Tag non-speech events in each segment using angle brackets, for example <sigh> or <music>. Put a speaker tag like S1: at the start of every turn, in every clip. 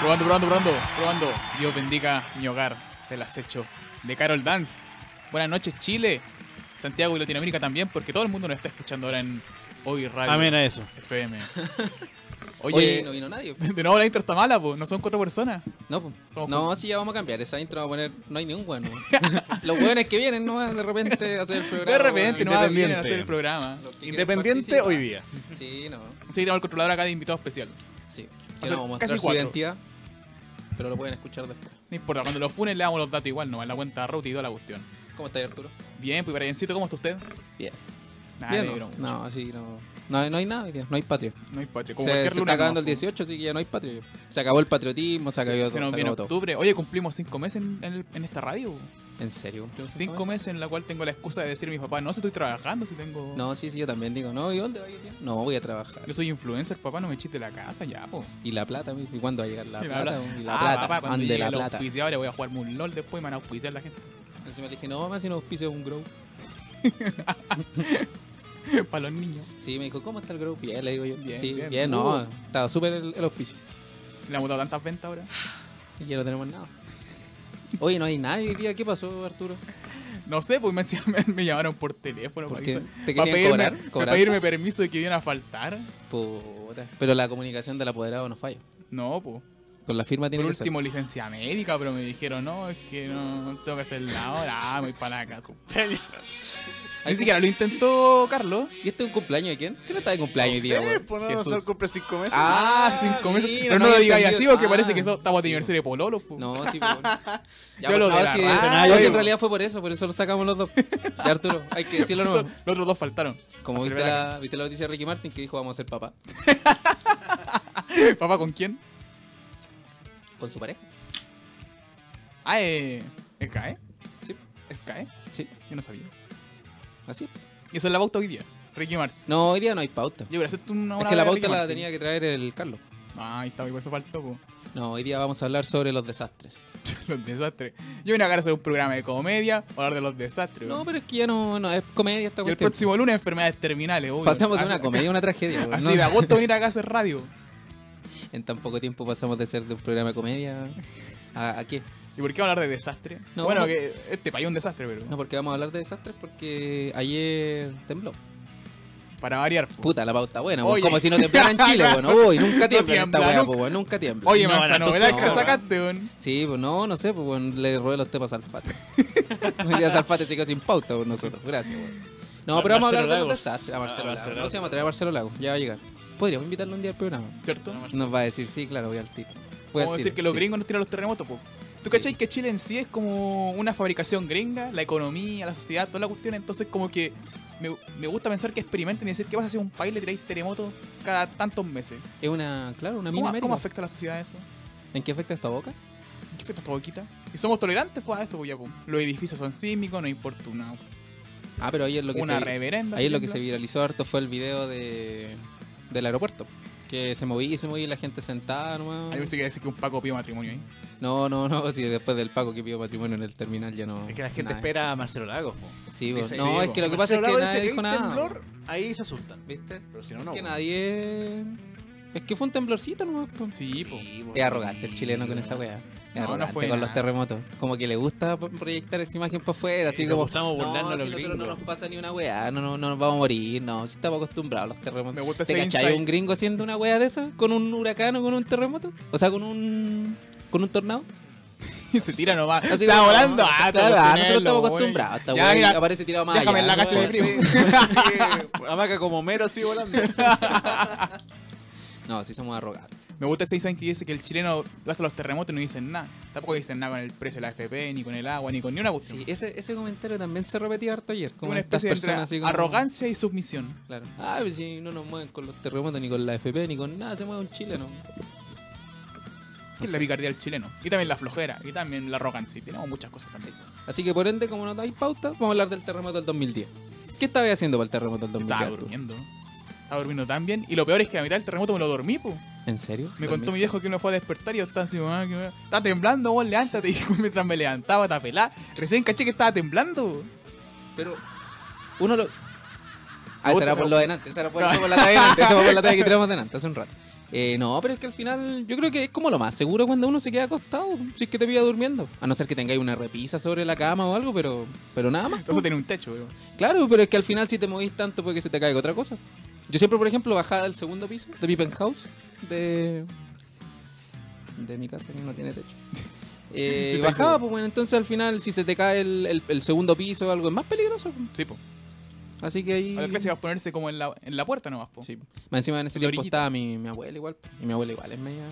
S1: Probando, probando, probando, probando. Dios bendiga mi hogar del acecho de Carol Dance. Buenas noches, Chile, Santiago y Latinoamérica también, porque todo el mundo nos está escuchando ahora en Hoy Radio
S2: Amén a eso.
S1: FM.
S3: Oye,
S1: Oye,
S3: no vino
S1: <laughs>
S3: nadie. pues.
S1: de nuevo la intro está mala, po. no son cuatro personas.
S3: No, po.
S1: Somos
S3: no, sí, ya vamos a cambiar. Esa intro va a poner. No hay ningún
S1: <laughs>
S3: bueno. Los hueones que vienen, ¿no? De repente a hacer el programa.
S1: De repente,
S3: weón.
S1: no va a
S2: Independiente.
S1: venir a hacer el programa.
S3: Los que quieren
S2: Independiente
S3: participar.
S2: hoy día.
S3: Sí, no.
S1: Sí, tenemos el controlador acá de invitado especial.
S3: Sí.
S1: O
S3: Que
S1: sea,
S3: no vamos a
S1: casi
S3: mostrar su
S1: cuatro.
S3: identidad. Pero lo pueden escuchar después.
S1: No importa, cuando lo funen le damos los datos igual, no, en la cuenta root y toda la cuestión.
S3: ¿Cómo está Arturo?
S1: Bien, pues Briancito, ¿cómo está usted?
S3: Bien.
S1: Nada,
S3: Bien,
S1: me
S3: ¿no?
S1: alegro mucho.
S3: no, así no. No, hay- no hay nada hoy día. No hay patria.
S1: No hay patria. Como
S3: Se, se
S1: cualquier
S3: está
S1: lunes
S3: acabando el
S1: nomás, po.
S3: 18, así que ya no hay patria. Se acabó el patriotismo, se acabó,
S1: Se
S3: se
S1: nos
S3: acabó
S1: viene
S3: todo.
S1: octubre. Oye, cumplimos cinco meses en, en el- en esta radio.
S3: ¿En serio?
S1: Cinco meses en la cual tengo la excusa de decir a mis papás, no, si estoy trabajando, si tengo...
S3: No, sí, sí, yo también digo, no, ¿y dónde voy a No, voy a trabajar.
S1: Yo soy influencer, papá, no me chiste la casa, ya, po.
S3: Y la plata, me dice, ¿y cuándo va a llegar la
S1: <laughs> Y
S3: plata?
S1: habla-
S3: Y
S1: ah,
S3: la plata,
S1: papá, cuando
S3: ande
S1: llegue
S3: la
S1: el
S3: plata.
S1: auspiciador, le voy a jugar un LOL después, me van a auspiciar la gente. <laughs>
S3: Encima le dije, no, mamá, si no auspicia un grow.
S1: Para los niños.
S3: Sí, me dijo, ¿cómo está el grow? Bien, le digo yo.
S1: Bien,
S3: sí,
S1: bien.
S3: bien, no,
S1: Uh.
S3: estaba súper el, el auspicio.
S1: Le han dado tantas ventas ahora.
S3: Y ya no tenemos nada. Oye, no hay nadie hoy día. ¿Qué pasó, Arturo?
S1: No sé, pues me, <laughs> me- me llamaron por teléfono
S3: ¿Por
S1: para,
S3: qué?
S1: avisar-
S3: ¿Te
S1: para
S3: querían
S1: pedirme,
S3: cobrar?
S1: para
S3: ¿Cobranza?
S1: pedirme permiso de que vinieran a faltar.
S3: Puta. Pero la comunicación del apoderado no falla.
S1: No, pues.
S3: Con la firma
S1: Por
S3: tiene que ser.
S1: último, licencia médica, pero me dijeron, no, es que no tengo que hacer la hora, ah, me voy para
S3: <laughs>
S1: la casa. Ni
S3: Ay,
S1: siquiera lo intentó Carlos.
S3: ¿Y este es un cumpleaños de quién? ¿Quién está de cumpleaños hoy día,
S2: Eh,
S3: weón?
S2: pues no,
S1: Jesús.
S2: solo cumple cinco meses.
S1: Ah,
S3: Ah,
S1: cinco meses.
S3: mira,
S1: Pero no,
S3: no
S1: lo
S3: había
S1: digáis así,
S3: entendido.
S1: porque parece que
S3: Ah,
S1: eso estaba
S3: sí,
S1: teniendo
S3: po.
S1: aniversario de Pololo. po.
S3: No, sí, pues.
S1: Yo
S3: Ya, pues,
S1: lo de
S3: no,
S1: la
S3: sí,
S1: radio,
S3: no, sí,
S2: yo-
S3: en realidad fue por eso, por eso lo sacamos los dos. Ya, Arturo, hay que
S1: <laughs>
S3: decirlo
S1: Eso- <laughs>
S3: no.
S1: los otros dos
S3: <laughs>
S1: faltaron.
S3: Como
S1: A
S3: viste
S1: celebrar
S3: la, viste la noticia de Ricky Martin que dijo vamos a ser papá
S1: la- Papá, ¿con quién?
S3: con su pareja.
S1: Ah, eh. ¿Es CAE?
S3: Sí.
S1: ¿Es CAE?
S3: Sí,
S1: Yo no sabía.
S3: así.
S1: Y esa es la pauta hoy día. Ricky Martin.
S3: No, hoy día no hay pauta.
S1: Yo voy a hacerte una
S3: es
S1: una
S3: que la
S1: de Ricky
S3: pauta la
S1: Martin.
S3: tenía que traer el Carlos.
S1: Ah, ahí está, y por eso faltó, po.
S3: No, hoy día vamos a hablar sobre los desastres.
S1: <laughs> Los desastres. Yo vine acá a hacer un programa de comedia, hablar de los desastres.
S3: No, pero es que ya no, no es comedia esta
S1: y el
S3: cuestión.
S1: próximo lunes, enfermedades terminales, obvio.
S3: Pasamos de
S1: Así-
S3: una comedia a una tragedia. weón,
S1: Así
S3: ¿no?
S1: de agosto venir acá a hacer radio.
S3: En tan poco tiempo pasamos de ser de un programa de comedia a, a qué.
S1: ¿Y por qué hablar de desastre?
S3: No,
S1: bueno,
S3: no.
S1: que este país es un desastre, pero.
S3: No, porque vamos a hablar de desastres porque ayer tembló.
S1: Para variar. po.
S3: Puta, la pauta buena, weón.
S1: Oye.
S3: como si no temblara en Chile, bueno,
S1: <laughs>
S3: uy, nunca tiembla en
S1: tiembla,
S3: esta weá,
S1: nunca.
S3: po, weón, nunca tiembla.
S1: Oye,
S2: No,
S1: manzano,
S2: la
S1: novedad
S3: no,
S1: que la
S3: no.
S1: sacaste, weón.
S3: Sí, pues no, no sé, pues bueno, le robé los temas
S1: <laughs>
S3: al Fate. Hoy día Salfate se quedó sin pauta por nosotros, gracias, weón. No,
S2: A
S3: pero vamos a
S2: Marcelo
S3: hablar de
S2: Lagos.
S3: los desastres. A
S2: A
S3: Marcelo Lago.
S2: Marcelo
S3: No se llama traer a Marcelo Lago, ya va a llegar. Podríamos invitarlo un día al programa.
S1: ¿Cierto?
S3: Nos va a decir, sí, claro, voy al tiro. Voy al
S1: Vamos a
S3: tiro,
S1: decir que los
S3: sí.
S1: gringos nos tiran los terremotos, po. ¿Tú
S3: Sí.
S1: cachai que Chile en sí es como una fabricación gringa? La economía, la sociedad, toda la cuestión. Entonces, como que me, me gusta pensar que experimenten y decir que vas a hacer un país y le tiráis terremotos cada tantos meses.
S3: Es una, claro, una mini
S1: ¿Cómo,
S3: América.
S1: cómo afecta a la sociedad eso?
S3: ¿En qué afecta esta boca?
S1: ¿Qué afecta a esta boquita? Y somos tolerantes pues, a eso, pues, ya, pues. Los edificios son sísmicos, no importa una,
S3: Ah, pero ahí es lo que
S1: una
S3: se...
S1: reverenda.
S3: Ahí
S1: por
S3: lo que se
S1: ejemplo.
S3: viralizó harto fue el video de, del aeropuerto. Que se movía y se movía y la gente sentada nomás.
S1: Ahí pensé que iba a decir que un Paco pidió matrimonio ¿eh? ahí.
S3: No, no, no, <laughs> sí, después del Paco que pidió matrimonio en el terminal ya no.
S2: Es que la gente
S3: nada.
S2: espera a Marcelo Lagos. po.
S3: Sí, vos.
S2: Dice-
S3: no,
S1: sí,
S3: es
S2: vos.
S3: que Ah, lo que pasa es que
S2: Marcelo Lagos
S3: nadie
S2: dice
S3: dijo
S2: hay
S3: nada.
S2: temblor,
S3: vos.
S2: ahí se asustan.
S3: ¿Viste?
S2: Pero si no, no.
S3: es que
S2: po.
S3: nadie. Es que fue un temblorcito nomás. po.
S1: Sí, pues. po.
S2: Sí, po.
S3: Es arrogante el chileno con esa weá. Es
S1: No, no
S3: arrogante
S1: fue
S3: con
S1: nada.
S3: los terremotos. Como que le gusta po- proyectar esa imagen para afuera,
S2: Sí,
S3: así
S2: nos
S3: como.
S2: gustamos burlarnos
S3: no,
S2: a los
S3: si nosotros no
S2: gringos".
S3: nos pasa ni una weá, no, no, no nos vamos a morir, no, si estamos acostumbrados a los terremotos.
S1: Me gusta
S3: ¿Te
S1: ese
S3: cachai
S1: insight.
S3: un gringo haciendo una weá de esa? ¿Con un huracán o con un terremoto? O sea, con un. con un tornado.
S1: <laughs> se tira nomás.
S3: Así
S1: se va
S3: como,
S1: volando.
S3: no,
S1: Ah,
S3: claro,
S1: tengo que
S3: ah,
S1: tenerlo,
S3: nosotros estamos
S1: bueno.
S3: acostumbrados. Esta
S1: Ya,
S3: weá
S1: mira,
S3: aparece tirado más
S1: déjame
S3: allá.
S1: en la casa de mi
S3: ¿no?
S1: primo.
S2: Sí, sí, hamaca como mero así volando.
S3: No, sí somos arrogantes.
S1: Me gusta ese insight que dice que el chileno va a los terremotos y no dicen nada. Tampoco dicen nada con el precio de la FP, ni con el agua, ni con ni una cuestión.
S3: Sí, ese, ese comentario también se repetía harto ayer.
S1: como
S3: Como
S1: una
S3: estas
S1: especie de entre
S3: personas así como...
S1: arrogancia y submisión.
S3: Claro. Ah, pues si no nos mueven con los terremotos, ni con la FP, ni con nada, se mueve un chileno.
S1: Que es la picardía del chileno. Y también la flojera. Y también la arrogancia. Y tenemos muchas cosas también.
S3: Así que por ende, como no hay pauta, vamos a hablar del terremoto del 2010. ¿Qué estaba haciendo para el terremoto del 2010?
S1: Estaba
S3: Arturo?
S1: durmiendo. Estaba durmiendo tan bien. Y lo peor es que a mitad del terremoto me lo dormí, po.
S3: ¿En serio?
S1: Me
S3: ¿Dormí?
S1: contó mi viejo que uno fue a despertar y yo estaba así, "Ah, que me- Está temblando, vos levántate. <laughs> Y mientras me levantaba, está pelada. Recién caché que estaba temblando.
S3: Pero uno lo... Ah,
S1: Vos
S3: esa era
S1: te
S3: por
S1: preocup-
S3: lo delante, esa era por,
S1: No.
S3: esa por la talla delante, esa fue por la talla que tiramos delante hace un rato. Eh, no, pero es que al final yo creo que es como lo más seguro cuando uno se queda acostado, si es que te pilla durmiendo. A no ser que tengáis una repisa sobre la cama o algo, pero, pero nada más.
S1: Entonces tiene un techo, bro.
S3: Claro, pero es que al final si te movís tanto puede que se te caiga otra cosa. Yo siempre, por ejemplo, bajaba al segundo piso de mi penthouse de, de mi casa, que no tiene techo. Eh,
S1: Está
S3: bajaba,
S1: inseguro.
S3: pues bueno, entonces al final si se te cae el, el- el segundo piso o algo es más peligroso.
S1: Sí, po.
S3: Así que ahí...
S1: A la clase va a ponerse como en la, en la puerta nomás, po.
S3: Sí. Más encima en
S1: La
S3: ese tiempo
S1: orillita.
S3: estaba mi, mi abuela igual. Y mi abuela igual es media,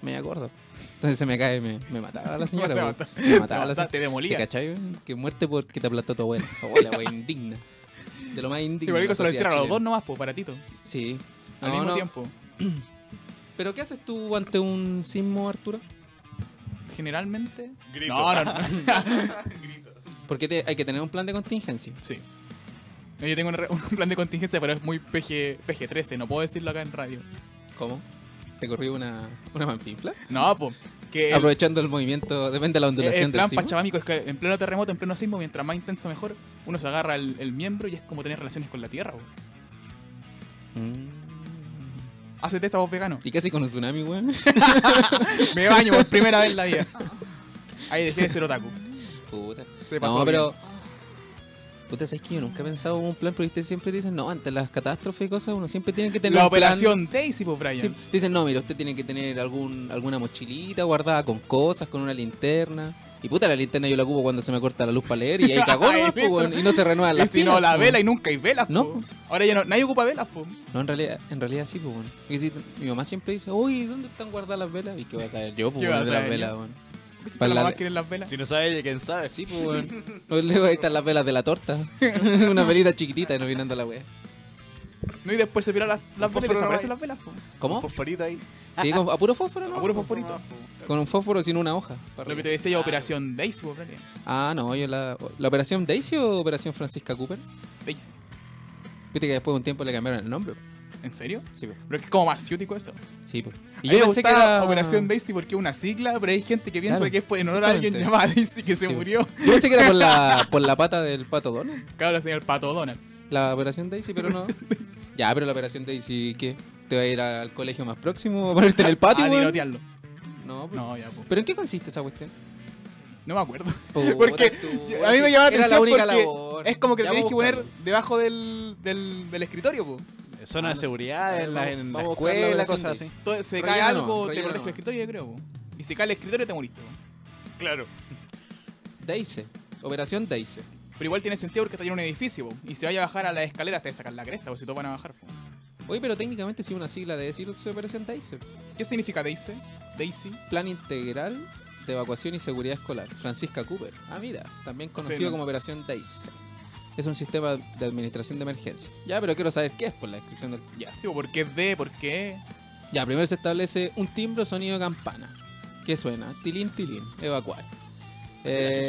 S3: media gorda. Entonces se me cae, me, me mataba la
S1: <laughs>
S3: señora.
S1: Te
S3: po.
S1: mata-
S3: me mataba
S1: te
S3: la
S1: mata-
S3: señora.
S1: te demolía.
S3: cachai? Que muerte porque te aplastó tu abuela. Abuela, wey, indigna. De lo más indigno.
S1: Igual
S3: de la
S1: que se lo
S3: sociedad
S1: entierran a los dos
S3: chilena.
S1: nomás, po, baratito.
S3: Sí.
S1: Al
S3: No,
S1: mismo
S3: no.
S1: tiempo.
S3: ¿Pero qué haces tú ante un sismo, Arturo?
S1: Generalmente.
S2: Grito.
S1: No, no, no.
S3: <laughs> Porque te- hay que tener un plan de contingencia.
S1: Sí. No, Yo tengo un, re- un plan de contingencia, pero es muy PG, PG-13. No puedo decirlo acá en radio.
S3: ¿Cómo? ¿Te corrió una, una manfifla?
S1: No, po.
S3: Ah,
S1: Que Eh, el-
S3: Aprovechando el movimiento, depende de la
S1: el,
S3: ondulación
S1: Eh, plan
S3: del sismo.
S1: pachamámico es que en pleno terremoto, en pleno sismo, mientras más intenso mejor, uno se agarra el, el miembro y es como tener relaciones con la tierra, po.
S3: Mm.
S1: Hacete esa voz
S3: <laughs>
S1: vegano.
S3: ¿Y casi con un tsunami, weón?
S1: Me baño por primera vez en la vida. Ahí dejé de ser otaku.
S3: Puta.
S1: Se pasó
S3: No,
S1: bien.
S3: pero. Puta, sabes que yo nunca he pensado en un plan, porque ustedes siempre dicen, no, ante las catástrofes y cosas, uno siempre tiene que tener.
S1: La
S3: un plan.
S1: operación Daisy, po, Brian.
S3: Sí, te dicen, no, mira, usted tiene que tener algún, alguna mochilita guardada con cosas, con una linterna. Y puta, la linterna yo la ocupo cuando se me corta la luz para leer
S1: <laughs>
S3: y ahí cagó,
S1: Ay,
S3: nomás, po,
S1: listo.
S3: weón, y no se renueva
S1: Y
S3: la
S1: si no, la vela y nunca hay velas,
S3: No,
S1: po. Ahora ya no, nadie ocupa velas, po.
S3: No, en realidad, en realidad sí, pues, Mi mamá siempre dice, uy, ¿dónde están guardadas las velas? ¿Y qué voy a saber yo, pues,
S1: ¿Qué vas
S3: de
S1: a
S3: las
S1: saber
S3: velas,
S1: yo?
S3: weón?
S1: ¿Por qué siempre
S3: Para
S1: las
S3: la-
S1: mamás quieren las velas?
S2: Si no sabe ella, quién sabe.
S3: Sí, pues, weón. <laughs> No, luego ahí están las velas de la torta. <laughs> Una velita chiquitita, iluminando la wea.
S1: No, y después se tiran las, las velas y
S2: fósforo
S1: desaparecen
S2: no
S1: las velas, po.
S2: Un
S3: ¿Cómo? Ah,
S2: fosforito ahí.
S3: Sí, con, a puro fósforo, ¿no?
S1: A puro fosforito.
S3: Con un fósforo sin una hoja.
S1: Lo
S3: para
S1: que
S3: arriba.
S1: te decía yo, operación Daisy, po, Brian.
S3: Ah, no, yo la, la operación Daisy o operación Francisca Cooper.
S1: Daisy.
S3: Viste que después de un tiempo le cambiaron el nombre.
S1: ¿En serio?
S3: Sí, pues.
S1: Pero es que es como marciútico eso.
S3: Sí, pues.
S1: Y yo me gustaba Operación Daisy porque es una sigla, pero hay gente que piensa
S3: Claro,
S1: que es por- en honor a alguien
S3: justamente.
S1: llamado Daisy que se
S3: Sí.
S1: murió.
S3: Yo pensé que era por la, por la pata del pato Donald.
S1: Claro, la señora Pato Donald.
S3: La operación Daisy, pero no. Ya, pero la operación Daisy, ¿qué? ¿Te va a ir al colegio más próximo a ponerte en el patio?
S1: a
S3: weón?
S1: Ah, tirotearlo.
S3: No, pues.
S1: No, ya, po.
S3: ¿Pero en qué consiste esa cuestión?
S1: No me acuerdo.
S3: Puta,
S1: <laughs> Porque
S3: tú,
S1: a mí me llama la
S3: era
S1: atención
S3: única
S1: porque
S3: labor.
S1: es como que
S3: Ya
S1: tenés que
S3: vamos a
S1: poner
S3: buscarlo.
S1: debajo del, del, del escritorio, po.
S2: Zona
S3: Ah,
S2: de
S3: no sé.
S2: seguridad, en la,
S3: Vamos-
S2: en la
S3: vamos a buscar la
S2: escuela,
S3: versión
S2: cosas
S3: de
S2: así.
S1: Entonces se
S3: Relleno
S1: cae
S3: nomás,
S1: algo, te
S3: relleno
S1: cortas el
S3: nomás.
S1: escritorio, yo creo, po. Y si cae el escritorio, te moriste, po.
S2: Claro.
S3: Daisy. Operación Daisy.
S1: Pero igual tiene sentido porque está en un edificio, po. Y si vaya a bajar a la escalera, te sacan la cresta, o si todos van a bajar, po.
S3: Oye, pero técnicamente sí una sigla de decir se operación Daisy.
S1: ¿Qué significa Daisy? Daisy.
S3: Plan Integral de Evacuación y Seguridad Escolar. Francisca Cooper. Ah, mira, también conocido
S1: Sí, ¿no?
S3: como Operación Daisy. Es un sistema de administración de emergencia. Ya, pero quiero saber qué es por la descripción del... Ya.
S1: Sí, po, ¿por qué D? E, ¿Por qué?
S3: Ya, primero se establece un timbre o sonido de campana. ¿Qué suena? Tilín, tilín. Evacuar. Eh,
S2: ¿Así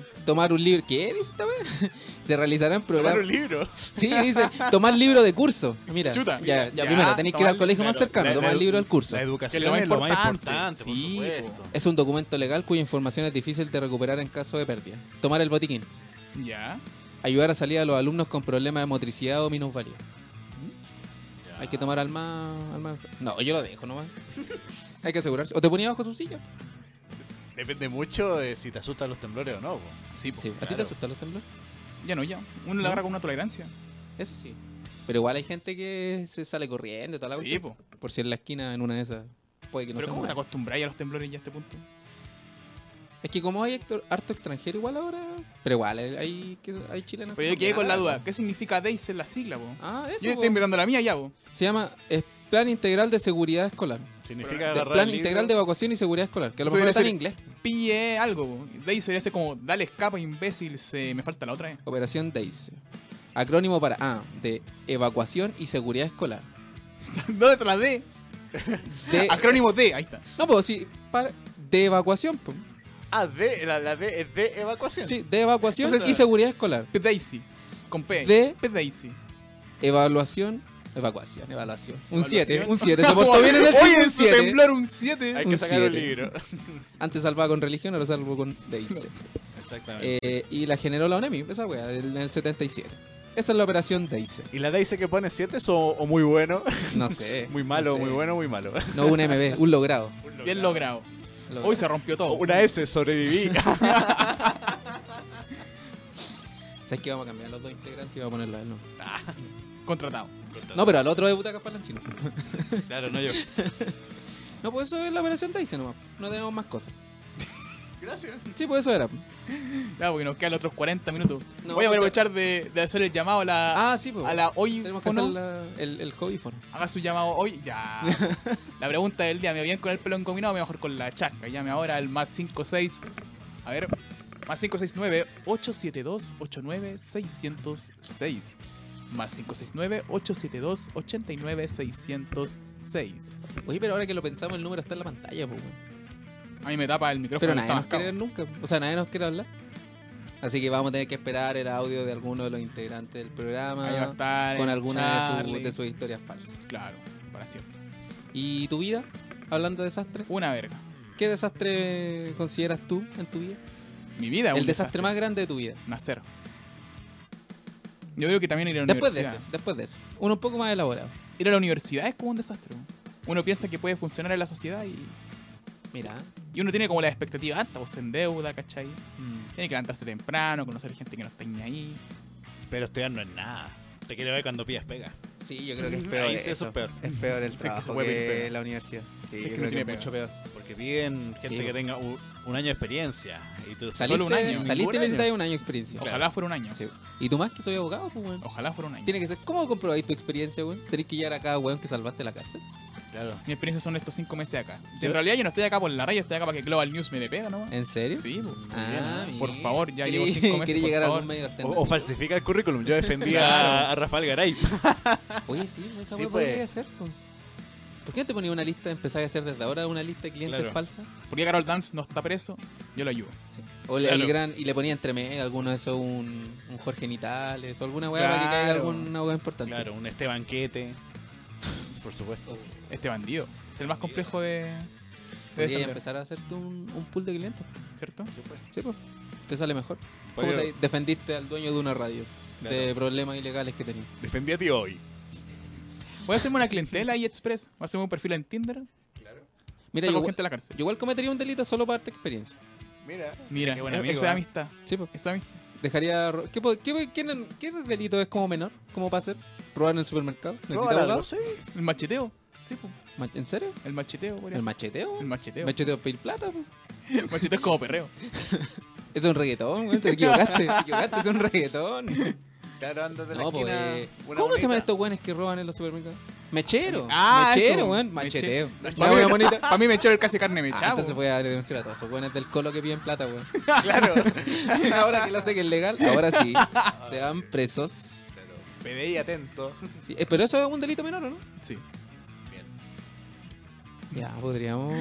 S2: suena?
S3: Tomar un libro. ¿Qué dice esta vez? <laughs> se realizarán
S2: Tomar
S3: programas.
S2: un libro.
S3: Sí, dice, tomar libro de curso. Mira,
S1: Chuta.
S3: ya, ya,
S1: Ya,
S3: primero tenéis que ir
S1: tomar-
S3: al colegio más
S2: Claro,
S3: cercano,
S2: la-
S3: tomar
S2: la
S3: el
S2: edu-
S3: libro del curso.
S2: La
S1: Que
S2: educación
S1: lo más
S2: es lo más
S1: importante.
S2: importante, por
S1: Sí,
S2: supuesto.
S3: Es un documento legal cuya información es difícil de recuperar en caso de pérdida. Tomar el botiquín.
S1: Ya.
S3: Ayudar a salir a los alumnos con problemas de motricidad o minusvalía. Hay que tomar al más, al más- No, yo lo dejo nomás. <laughs> Hay que asegurarse. O te ponía bajo su silla.
S2: Depende mucho de si te asustan los temblores o no. po.
S1: Sí, po.
S3: Sí. ¿A ti te
S2: Claro.
S3: asustan los temblores?
S1: Ya no, ya. Uno la agarra con una tolerancia.
S3: Eso sí. Pero igual hay gente que se sale corriendo y toda la
S1: Sí,
S3: cuestión.
S1: po.
S3: Por si en la esquina, en una de esas, puede que no
S1: Pero
S3: se
S1: ¿cómo te
S3: mueva.
S1: acostumbráis a los temblores ya a este punto?
S3: Es que como hay actor- harto extranjero igual ahora... Pero igual, hay, hay, que- hay chilenos...
S1: Pero
S3: que
S1: Pues yo
S3: son
S1: quedé con la
S3: buenas,
S1: duda. ¿Qué significa Daisy en la sigla, po?
S3: po. Ah, eso,
S1: Yo
S3: po.
S1: estoy inventando la mía ya, po.
S3: Se llama es Plan Integral de Seguridad Escolar.
S2: Significa
S1: Pero-
S3: De-
S2: agarrar
S3: plan
S2: el libro.
S3: Integral de Evacuación y Seguridad Escolar, que a lo
S1: Eso
S3: mejor no
S1: debería
S3: está en
S1: ser-
S3: inglés.
S1: Pille algo, po. Daisy debería ser como, dale escapa, imbécil, se... me falta la otra, eh. <laughs>
S3: Operación DAISE. Acrónimo para A, de Evacuación y Seguridad Escolar.
S1: ¿Dónde está la D? <laughs>
S3: De,
S1: Acrónimo D, ahí está.
S3: no, pues sí, para, de evacuación. po.
S2: Ah, de, la, la de, es de evacuación.
S3: Sí, de evacuación
S1: Entonces- eh.
S3: y seguridad escolar.
S1: P Daisy. Con P.
S3: D.
S1: P Daisy.
S3: Evaluación, evacuación, evaluación. Un
S1: Evaluación.
S3: 7, un
S2: <laughs>
S3: 7.
S1: <laughs>
S3: Se portó bien en el
S1: Oye,
S3: cine, un
S1: su
S3: 7.
S1: temblor un 7.
S2: Hay
S3: Un
S2: que sacar el
S3: siete. <laughs>
S2: libro.
S3: Antes salvaba con religión, ahora salvo con Eh, DAISE.
S2: Exactamente.
S3: Eh, y la generó la ONEMI, esa wea, del- en el 77. Esa es la operación Daisy.
S2: ¿Y la dice que pone 7 o, o muy bueno?
S3: No sé.
S2: <laughs> muy malo,
S3: no sé.
S2: muy bueno, muy
S3: <laughs>
S2: malo.
S3: No, un MB, un logrado.
S1: Bien logrado. Hoy se rompió todo.
S2: Una S,
S3: <laughs>
S2: sobreviví.
S3: ¿Sabes qué? Vamos a cambiar los dos integrantes y vamos a ponerlo a él, ¿no?
S1: Contratado.
S3: No, pero al otro de Butacas Palanchino.
S2: <laughs>
S4: Claro, no yo.
S3: No, pues eso es la operación Daisy nomás. No tenemos más cosas.
S2: Gracias.
S3: Sí, pues eso era.
S1: Ya, porque nos quedan los otros 40 minutos.
S3: No,
S1: Voy a
S3: o sea-
S1: aprovechar de, de hacer el llamado a la,
S3: Ah, sí, pues.
S1: a la hoy.
S3: Tenemos que
S1: fono.
S3: hacer la- el, el hobbyfono.
S1: Haga su llamado hoy.
S3: <laughs>
S1: Ya. la pregunta del día: ¿me va bien con el pelo engominado o me va mejor con la chasca? Llame ahora al más 56. A ver. Más 569-872-89606. Más 569-872-89606.
S3: Oye, pero ahora que lo pensamos, el número está en la pantalla, pues. weón.
S1: A mí me tapa el micrófono.
S3: Pero
S1: que
S3: nadie
S1: está
S3: nos
S1: marcado.
S3: quiere nunca. O sea, nadie nos quiere hablar. Así que vamos a tener que esperar el audio de alguno de los integrantes del
S1: Ahí va a
S3: programa
S1: estar
S3: con
S1: el
S3: alguna de, sus-
S1: Charlie.
S3: de sus historias falsas.
S1: Claro, para siempre.
S3: ¿Y tu vida? Hablando de desastre,
S1: Una verga.
S3: ¿qué desastre consideras tú en tu vida?
S1: Mi vida,
S3: El
S1: un
S3: desastre más grande de tu vida.
S1: Nacer. Yo creo que también ir a la
S3: Después de
S1: universidad.
S3: ese, después de eso. Uno un poco más elaborado.
S1: Ir a la universidad es como un desastre. Uno piensa que puede funcionar en la sociedad y,
S3: Mira.
S1: y uno tiene como la expectativa alta, pues se endeuda, ¿cachai?
S3: Mm.
S1: Tiene que levantarse temprano, conocer gente que no está ni ahí.
S2: Pero estudiar no es nada.
S4: Te quiere ver cuando pillas pega.
S3: Sí, yo creo que es
S2: Ahí
S3: peor.
S2: sí,
S3: eso.
S2: eso es peor.
S3: Es peor el
S1: <laughs> Sí, que se
S3: trabajo
S1: puede
S3: que,
S1: pedir pega.
S3: la universidad. Sí,
S1: Es
S3: yo
S1: que no
S3: creo que
S1: tiene
S3: es
S1: pega.
S3: mucho peor.
S2: Porque piden gente
S3: Sí,
S2: que
S3: po.
S2: tenga un, un año de experiencia. Y tú,
S3: Saliste,
S1: un año.
S3: saliste y
S2: Ningún
S3: necesitas un año de experiencia.
S1: Ojalá fuera un año.
S3: Sí. Y tú más que soy abogado, pues, weón.
S1: Ojalá fuera un año.
S3: Tiene que ser. ¿Cómo comprobáis tu experiencia, weón? Tenés que llegar a cada weón que salvaste la cárcel.
S2: Claro.
S1: Mi experiencia son estos cinco meses acá. Si en realidad yo no estoy acá por la raya, estoy acá para que Global News me le pega, ¿no?
S3: ¿En serio?
S1: Sí, pues.
S3: Ah,
S1: Bien, por
S3: mira.
S1: favor, ya
S3: Querí-
S1: llevo cinco meses,
S3: querí
S1: por
S3: llegar a
S1: favor.
S3: algún medio
S2: O,
S3: alternativo.
S2: o falsifica el currículum. Yo defendí a-
S1: Claro.
S2: a, Rafael Garay.
S3: Oye, sí, esa
S2: Sí,
S3: weá
S2: pues.
S3: podría ser, pues. ¿Por qué no te ponía una lista, empezás a hacer desde ahora una lista de clientes
S2: Claro.
S3: falsas?
S1: Porque Carol Dance no está preso, yo lo ayudo.
S3: Sí. O le-
S2: Claro.
S3: el gran, y le ponía entre medio alguno de esos, un, un Jorge Nitales o alguna weá para que caiga
S1: Claro.
S3: alguna weá importante.
S2: Claro, Oh. un este banquete. Por supuesto.
S1: Este bandido es el más complejo de, de
S3: Podrías
S1: defender,
S3: empezar a hacerte un, un pool de clientes.
S1: ¿cierto?
S3: Sí, pues. Te sale mejor. ¿Cómo
S2: Pero-
S3: sabes? Defendiste al dueño de una radio de
S2: Claro.
S3: problemas ilegales que tenía.
S2: Defendí a ti hoy.
S1: Voy a hacerme una clientela y express. Voy a hacerme un perfil en Tinder.
S3: Mira,
S1: saco
S3: yo,
S1: gente a la cárcel.
S3: yo igual cometería un delito solo para darte experiencia.
S2: Mira.
S1: Mira,
S2: qué buen
S1: eh,
S2: amigo,
S1: eso es
S2: ¿eh?
S1: amistad.
S3: Sí, pues.
S1: Eso es amistad.
S3: Dejaría. ro- ¿Qué, po- qué, qué, no- qué delito es como menor? ¿Cómo para hacer? ¿Robar en el supermercado? ¿Necesita abogado?
S1: El macheteo. Sí, po.
S3: Ma- ¿En serio?
S1: El macheteo, podría
S3: ¿El
S1: ser.
S3: macheteo?
S1: El macheteo.
S3: ¿Macheteo de pedir plata? po.
S1: El macheteo es como
S3: <laughs>
S1: perreo.
S3: Eso es un reggaetón, weón,
S1: <laughs>
S3: te equivocaste. Te equivocaste, eso es un reggaetón.
S2: Claro, andas de la
S3: No, pues.
S2: esquina.
S3: eh,
S2: una
S3: ¿Cómo se
S2: bonita.
S3: llaman estos weones que roban en los supermercados? Mechero.
S1: Ah,
S3: mechero,
S1: eso.
S3: weón.
S1: Meche-
S3: Macheteo.
S1: Para mí,
S3: Una wea <laughs> bonita.
S1: pa' mí me echó el casi carne
S3: Ah,
S1: mechada.
S3: entonces
S1: po.
S3: voy a denunciar a todos esos weones del colo que piden plata, <laughs> weón.
S4: <laughs>
S2: Claro.
S3: ahora que lo sé que es legal, ahora <laughs> sí. se van presos.
S2: Pedí atento.
S3: Sí, eh, pero eso es un delito menor, ¿o ¿no?
S1: Sí.
S3: Ya, podríamos.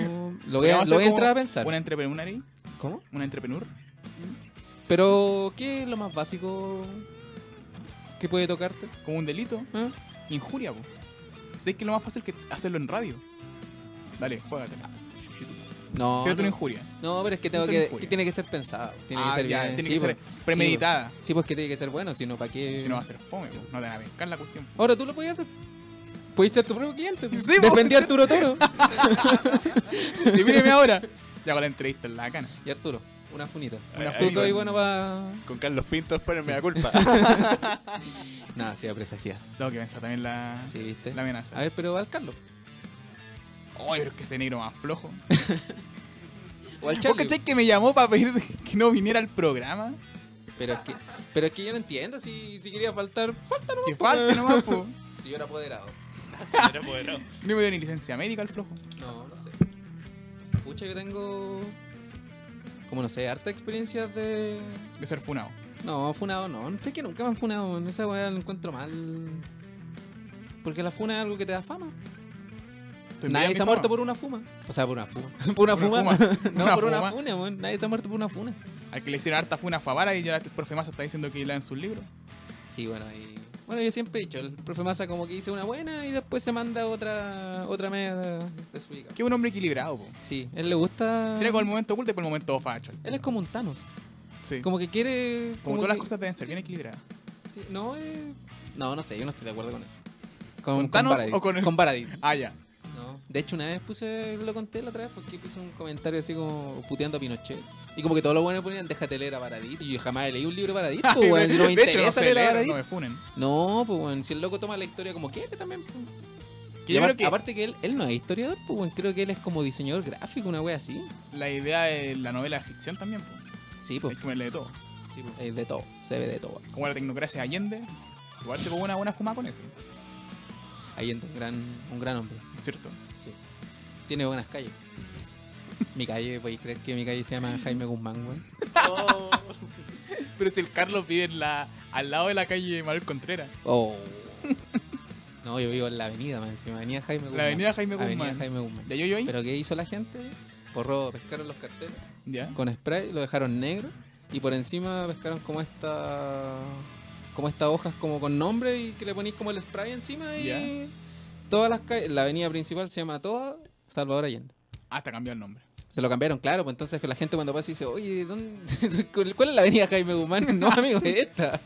S3: Lo voy a,
S1: Vamos
S3: lo voy
S1: hacer
S3: a entrar a
S1: como
S3: pensar.
S1: Una entrepreneur ahí.
S3: ¿Cómo?
S1: Una entrepreneur.
S3: Pero, ¿qué es lo más básico que puede tocarte?
S1: Como un delito.
S3: ¿Eh?
S1: Injuria, po. Sé que es lo más fácil que hacerlo en radio. Dale,
S3: Ah,
S1: juégatela.
S3: No,
S1: Créate una
S3: no,
S1: injuria.
S3: no, pero es que,
S1: Créate
S3: tengo
S1: una
S3: que,
S1: injuria.
S3: que tiene que ser pensado. Tiene
S1: Ah,
S3: que ser
S1: ya,
S3: bien.
S1: tiene
S3: sí,
S1: que ser
S3: pues,
S1: premeditada.
S3: sí, pues que tiene que ser bueno, si no, ¿para qué?
S1: Si no va a ser fome, po. no te van a pescar la cuestión. <laughs>
S3: Ahora tú lo podías hacer. Puedes ser tu propio cliente.
S1: Sí, pues.
S3: Defendí a Arturo Toro.
S1: <laughs> Y míreme ahora. Ya con la entrevista en la cana.
S3: y Arturo, una funita.
S1: Una
S3: Tú
S1: fruta.
S3: soy bueno para.
S2: Con Carlos Pinto, espérenme la culpa.
S4: <laughs>
S3: Nada, sí, a presagiar.
S1: Tengo que pensar también la,
S3: Sí, viste.
S1: la amenaza.
S3: A ver, pero al Carlos.
S1: Ay, pero es que ese negro más flojo.
S3: O al
S1: ¿Vos
S3: Charlie.
S1: cachai que me llamó para pedir que no viniera al programa?
S3: Pero es que, pero es que yo no entiendo si, si quería faltar. Falta nomás.
S1: Que
S3: po.
S1: falte nomás, po.
S3: Si yo era apoderado.
S4: Pero bueno. Yo
S1: No me dio ni licencia médica al flojo.
S3: No, no sé. Pucha, yo tengo. Como no sé, harta experiencias de.
S1: De ser funado.
S3: No, funado no. No sé que nunca me han funado. weón. Esa weá la encuentro mal. Porque la funa es algo que te da fama.
S1: Estoy bien,
S3: Nadie
S1: mi
S3: se ha
S1: fama.
S3: muerto por una fuma. O sea, por una <laughs> fuma. por una
S1: Por
S3: fuma.
S1: una fuma.
S3: <laughs> no,
S1: Una
S3: por una
S1: fuma.
S3: funa, weón. Nadie se ha muerto por una funa.
S1: Al que le hicieron harta funa a Favara y ya el profe Massa está diciendo que en sus libros.
S3: Sí, bueno, y. Bueno, yo siempre he dicho, el profe Massa como que dice una buena y después se manda otra otra media desubicada.
S1: Que es un hombre equilibrado, po.
S3: Sí, él le gusta.
S1: Tiene como el momento oculto y por el momento facho.
S3: Él es como un Thanos.
S1: Sí. Como,
S3: Como que quiere.
S1: todas las
S3: que-
S1: cosas deben ser bien equilibradas.
S3: así. No, eh, no, no sé, yo no estoy de acuerdo con eso. ¿Con,
S1: ¿Con Thanos
S3: Paradis.
S1: o con el-
S3: Con Paradis.
S1: Ah, ya.
S3: No. De hecho, una vez puse, lo conté la otra vez, porque puse un comentario así como puteando a Pinochet. Y como que todos los buenos ponían, déjate leer a Paradis. Y yo jamás leí un libro
S1: <laughs>
S3: de Paradis, pues, weón. Si no
S1: de hecho,
S3: me
S1: no
S3: interesa
S1: sé
S3: leer a
S1: leer,
S3: Paradis.
S1: no me funen.
S3: No, pues, weón. Si el loco toma la historia como quiere también, pues.
S1: Que
S3: Y
S1: yo
S3: apar-
S1: creo que
S3: Aparte que él, él no es historiador, pues, weón. Creo que él es como diseñador gráfico, una wea así.
S1: la idea de la novela de ficción también, pues.
S3: Sí,
S1: Hay
S3: pues.
S1: que ponerle de todo.
S3: sí, pues, eh, de todo. Se ve de todo.
S1: Como la tecnocracia de Allende, igual se pone una buena fumada con eso,
S3: Ahí entra un gran, un gran hombre.
S1: ¿no es ¿cierto?
S3: Sí. Tiene buenas
S1: <laughs>
S3: calles. Mi calle, podéis creer que mi calle se llama Jaime Guzmán, weón.
S4: Oh,
S1: Pero si el Carlos vive en la, al lado de la calle Manuel Contreras,
S3: Oh. <laughs> No, yo vivo en la avenida, man. encima, Avenida Jaime Guzmán.
S1: avenida Jaime Guzmán.
S3: Avenida Jaime Guzmán.
S1: ya yo, yo ahí,
S3: Pero ¿qué hizo la gente? Porró, pescaron los carteles
S1: ya.
S3: con spray, lo dejaron negro y por encima pescaron como esta como estas hojas como con nombre y que le ponís como el spray encima y
S1: Ya.
S3: todas las calles, la avenida principal se llama toda Salvador Allende.
S1: Hasta cambió el nombre.
S3: Se lo cambiaron, claro, pues entonces la gente cuando pasa dice, oye, ¿dónde- <laughs> ¿cuál es la avenida Jaime Guzmán? <laughs> No, amigo, es esta.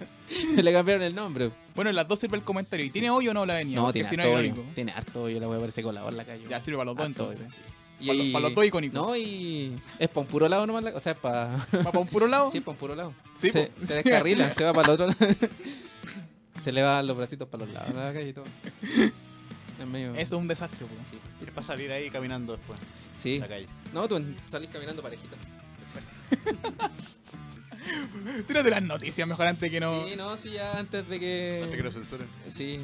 S3: Le cambiaron el nombre.
S1: Bueno, en las dos sirve el comentario. ¿Y tiene hoy o no la avenida?
S3: No,
S1: Porque
S3: tiene
S1: si no
S3: harto
S1: es
S3: hoyo. Ah,
S1: irónico.
S3: Tiene harto hoyo, la voy a aparecer colador la calle.
S1: Ya sirve para los dos
S3: Harto hoyo,
S1: entonces.
S3: sí.
S1: Para los- para los dos icónicos.
S3: No, y es para un puro lado nomás, la- o sea, es para...
S1: ¿Va para un puro lado?
S3: <laughs> Sí, para un puro lado.
S1: Sí,
S3: se,
S1: po.
S3: se
S1: <laughs>
S3: descarrila, se va para el otro lado. <laughs> se le van los bracitos para los lados, la calle y todo. Es medio...
S1: Eso es un desastre, pues. po.
S3: Sí.
S2: Es para salir ahí caminando después.
S3: Sí.
S2: La calle.
S3: No, tú en- salís caminando parejito.
S1: Tírate las noticias mejor antes que no.
S3: Sí, no, sí, ya antes de que...
S2: Antes que lo censuren.
S3: Sí.